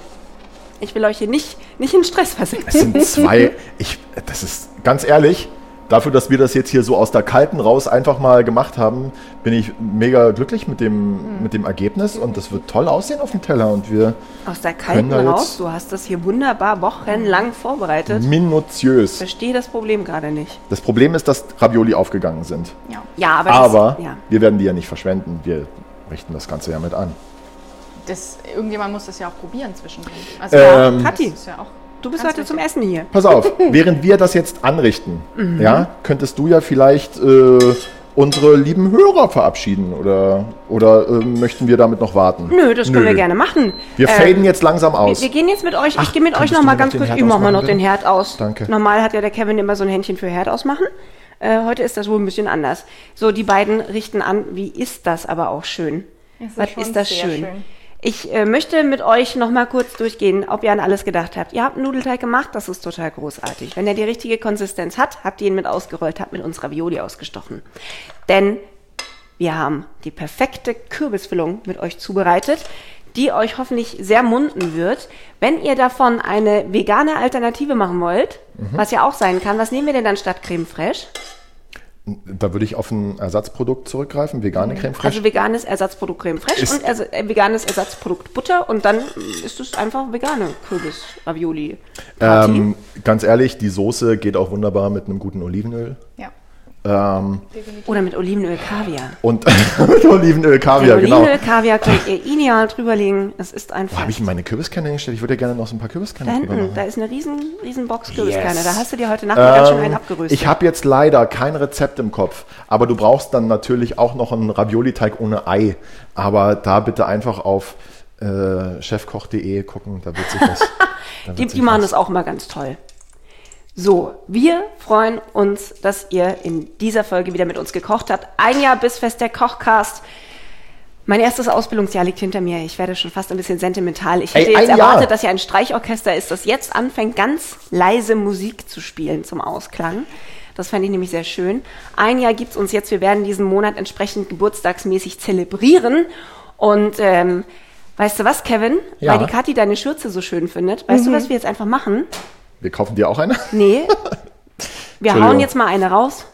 S1: Ich will euch hier nicht, nicht in Stress versetzen.
S2: Es sind zwei. Ich, das ist ganz ehrlich. Dafür, dass wir das jetzt hier so aus der Kalten raus einfach mal gemacht haben, bin ich mega glücklich mit dem, mit dem Ergebnis und das wird toll aussehen auf dem Teller und wir
S1: Aus der kalten
S2: Können wir
S1: raus,
S2: jetzt-
S1: du hast das hier wunderbar wochenlang vorbereitet.
S2: minutiös.
S1: Verstehe das Problem gerade nicht.
S2: Das Problem ist, dass Ravioli aufgegangen sind.
S3: Ja.
S1: Ja, aber,
S2: Aber
S1: das, ja.
S2: wir werden die ja nicht verschwenden. Wir richten das Ganze ja mit an.
S3: Das, irgendjemand muss das ja auch probieren zwischendrin. Also,
S2: Ähm.
S3: das
S1: Kathi.
S3: ist ja auch.
S1: du bist
S3: Ganz
S1: heute zum
S3: wichtig.
S1: Essen hier.
S2: Pass auf, während wir das jetzt anrichten,
S1: Mhm.
S2: ja, könntest du ja vielleicht äh, unsere lieben Hörer verabschieden oder, oder äh, möchten wir damit noch warten?
S1: Nö, das können wir gerne machen.
S2: Wir
S1: Ähm,
S2: faden jetzt langsam aus.
S1: Wir, wir gehen jetzt mit euch, ich
S2: Ach,
S1: gehe mit euch
S2: könntest
S1: noch
S2: du
S1: mal
S2: mir
S1: ganz
S2: noch den
S1: kurz,
S2: Herd
S1: ich mach mal
S2: ausmachen,
S1: noch den
S2: bitte?
S1: Herd aus.
S2: Danke.
S1: Normal hat ja der Kevin immer so ein Händchen für Herd ausmachen. Äh, heute ist das wohl ein bisschen anders. So, die beiden richten an, wie ist das aber auch schön.
S3: Es ist
S1: Was
S3: schon
S1: ist das
S3: sehr
S1: schön.
S3: schön.
S1: Ich äh, möchte mit euch noch mal kurz durchgehen, ob ihr an alles gedacht habt. Ihr habt einen Nudelteig gemacht, das ist total großartig. Wenn er die richtige Konsistenz hat, habt ihr ihn mit ausgerollt, habt mit uns Ravioli ausgestochen. Denn wir haben die perfekte Kürbisfüllung mit euch zubereitet, die euch hoffentlich sehr munden wird. Wenn ihr davon eine vegane Alternative machen wollt, was ja auch sein kann, was nehmen wir denn dann statt Creme Fraiche?
S2: Da würde ich auf ein Ersatzprodukt zurückgreifen, vegane Creme fraiche.
S1: Also veganes Ersatzprodukt Creme Fraiche
S2: Ist-
S1: und ersa- äh, veganes Ersatzprodukt Butter und dann ist es einfach vegane Kürbis-Ravioli.
S2: ähm, ganz ehrlich, die Soße geht auch wunderbar mit einem guten Olivenöl.
S3: Ja.
S2: Ähm,
S1: Oder mit Olivenöl Kaviar.
S2: und mit Olivenöl, Kaviar,
S1: Mit
S2: genau.
S1: Olivenöl Kaviar könnt ihr ideal drüberlegen. Es ist ein
S2: Wo habe ich
S1: Fest.
S2: denn meine Kürbiskerne hingestellt? Ich würde ja gerne noch so ein paar Kürbiskerne
S1: Da
S2: drüber
S1: hinten,
S2: machen.
S1: da ist eine riesen, riesen Box Kürbiskerne.
S2: Yes.
S1: Da hast du dir heute Nachmittag schon einen
S2: Ähm,
S1: abgeröstet.
S2: Ich habe jetzt leider kein Rezept im Kopf, aber du brauchst dann natürlich auch noch einen Ravioli-Teig ohne Ei. Aber da bitte einfach auf äh, chefkoch.de gucken, da wird sich was. da
S1: Die,
S2: wird sich
S1: die machen
S2: was.
S1: das auch immer ganz toll. So, wir freuen uns, dass ihr in dieser Folge wieder mit uns gekocht habt. Ein Jahr bis fest der Kochcast. Mein erstes Ausbildungsjahr liegt hinter mir. Ich werde schon fast ein bisschen sentimental. Ich
S2: Ey,
S1: hätte jetzt
S2: ein Jahr.
S1: erwartet, dass hier ein Streichorchester ist, das jetzt anfängt, ganz leise Musik zu spielen zum Ausklang. Das fände ich nämlich sehr schön. Ein Jahr gibt's uns jetzt. Wir werden diesen Monat entsprechend geburtstagsmäßig zelebrieren. Und ähm, weißt du was, Kevin?
S2: Ja.
S1: Weil die Kathi deine Schürze so schön findet. Weißt
S3: Mhm.
S1: du, was wir jetzt einfach machen?
S2: Wir kaufen dir auch eine?
S1: Nee. Wir
S2: Entschuldigung.
S1: hauen jetzt mal eine raus.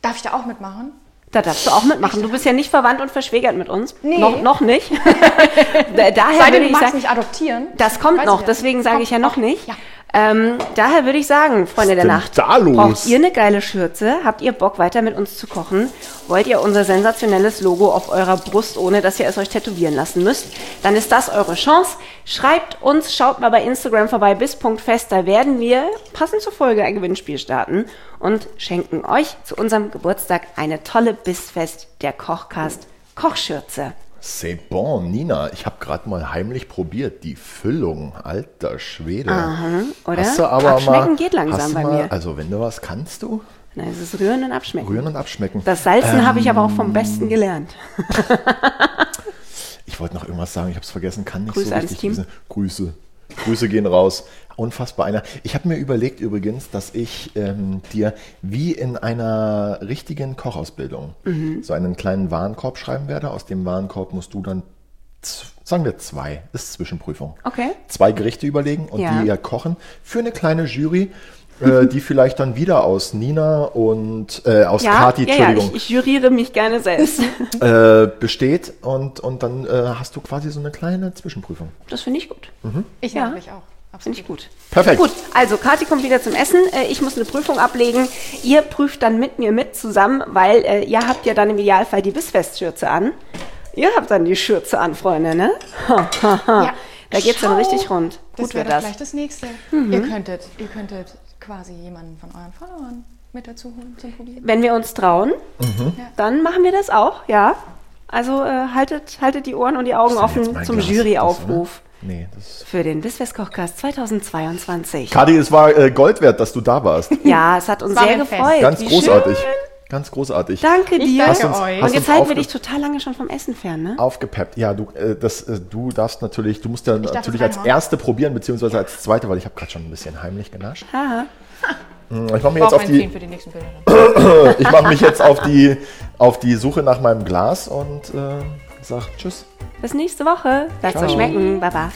S3: Darf ich da auch mitmachen?
S1: Da darfst du auch mitmachen. Du bist ja nicht verwandt und verschwägert mit uns.
S3: Nee.
S1: Noch, noch nicht. Da- daher
S3: Sei denn,
S1: würde
S3: du
S1: ich
S3: magst
S1: sagen,
S3: mich adoptieren.
S1: das kommt
S3: Weiß ich
S1: noch.
S3: ja.
S1: Deswegen sage
S3: Kommt,
S1: ich ja noch
S3: okay.
S1: nicht.
S3: Ja.
S1: Ähm, daher würde ich sagen, Freunde der
S2: denn
S1: Nacht,
S2: da los?
S1: braucht ihr eine geile Schürze? Habt ihr Bock, weiter mit uns zu kochen? Wollt ihr unser sensationelles Logo auf eurer Brust, ohne dass ihr es euch tätowieren lassen müsst? Dann ist das eure Chance. Schreibt uns, schaut mal bei Instagram vorbei, bis Punkt fest. Da werden wir passend zur Folge ein Gewinnspiel starten und schenken euch zu unserem Geburtstag eine tolle Bissfest der Kochcast Kochschürze.
S2: C'est bon, Nina. Ich habe gerade mal heimlich probiert. Die Füllung, alter Schwede.
S1: oder?
S2: Hast du aber
S1: Abschmecken
S2: mal,
S1: geht langsam
S2: hast du
S1: bei
S2: mal,
S1: mir.
S2: Also wenn du was kannst, du
S1: Nein, es ist Rühren und Abschmecken.
S2: rühren Ähm, und abschmecken.
S1: Das Salzen habe ich aber auch vom Besten gelernt.
S2: Ich wollte noch irgendwas sagen, ich habe es vergessen, kann nicht
S1: Grüße
S2: so richtig.
S1: ans Team.
S2: Grüße. Grüße gehen raus. Unfassbar einer. Ich habe mir überlegt übrigens, dass ich ähm, dir wie in einer richtigen Kochausbildung
S1: Mhm.
S2: so einen kleinen Warenkorb schreiben werde. Aus dem Warenkorb musst du dann, z- sagen wir zwei, ist Zwischenprüfung.
S1: Okay.
S2: Zwei Gerichte überlegen und
S1: Ja.
S2: die ihr kochen für eine kleine Jury, äh, die vielleicht dann wieder aus Nina und äh, aus Kati, Entschuldigung,
S1: ich, ich juriere mich gerne selbst.
S2: äh, besteht. Und, und dann äh, hast du quasi so eine kleine Zwischenprüfung.
S1: Das finde ich gut.
S3: Ich
S1: Ja.
S3: natürlich auch.
S1: Finde ich gut.
S2: Hm. Perfekt.
S1: Gut, also Kathi kommt wieder zum Essen. Äh, Ich muss eine Prüfung ablegen. Ihr prüft dann mit mir mit zusammen, weil äh, ihr habt ja dann im Idealfall die Bissfestschürze an. Ihr habt dann die Schürze an, Freunde, ne? Ha, ha, ha.
S3: Ja.
S1: Da geht's dann
S3: Schau,
S1: richtig rund.
S3: Das
S1: Gut
S3: wäre
S1: wird das.
S3: doch
S1: Mhm.
S3: gleich das nächste. Ihr, könntet, ihr könntet quasi jemanden von euren Followern mit dazu holen zum Probieren.
S1: Wenn wir uns trauen,
S2: Mhm.
S1: dann machen wir das auch, ja. Also äh, haltet, haltet die Ohren und die Augen
S2: Ist denn jetzt
S1: offen
S2: mein
S1: zum
S2: Glas,
S1: Juryaufruf
S2: Das, oder? nee, das
S1: für den Bissfest-Kochcast 2022.
S2: Kadi, es war äh, Gold wert, dass du da warst.
S1: Ja, es hat uns
S3: war
S1: sehr
S3: mir ein Fest.
S1: gefreut.
S2: Ganz
S1: Wie
S2: großartig.
S1: Schön.
S2: Ganz großartig.
S1: Danke dir.
S3: danke
S2: uns-
S3: euch.
S1: Und
S2: hast
S1: jetzt
S2: uns
S1: halten wir
S2: aufge-
S1: dich total lange schon vom Essen fern, ne?
S2: Aufgepeppt. Ja, du, äh, das, äh, du darfst natürlich, du musst ja
S3: darf
S2: natürlich
S3: es
S2: als
S3: reinhauen.
S2: erste probieren, beziehungsweise als zweite, weil ich habe gerade schon ein bisschen heimlich genascht.
S1: Haha.
S2: Hm, Ich mache mich
S3: Ich
S2: jetzt
S3: brauche
S2: auf
S3: einen Film
S2: die, äh,
S3: für die nächsten Bilder.
S2: ich mach mich jetzt auf die, auf die Suche nach meinem Glas und äh, sag Tschüss.
S1: Bis nächste Woche. Lasst
S2: Ciao.
S1: euch schmecken. Baba.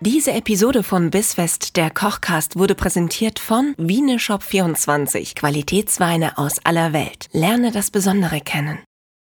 S4: Diese Episode von Bissfest, der Kochcast, wurde präsentiert von Wieneshop24, Qualitätsweine aus aller Welt. Lerne das Besondere kennen.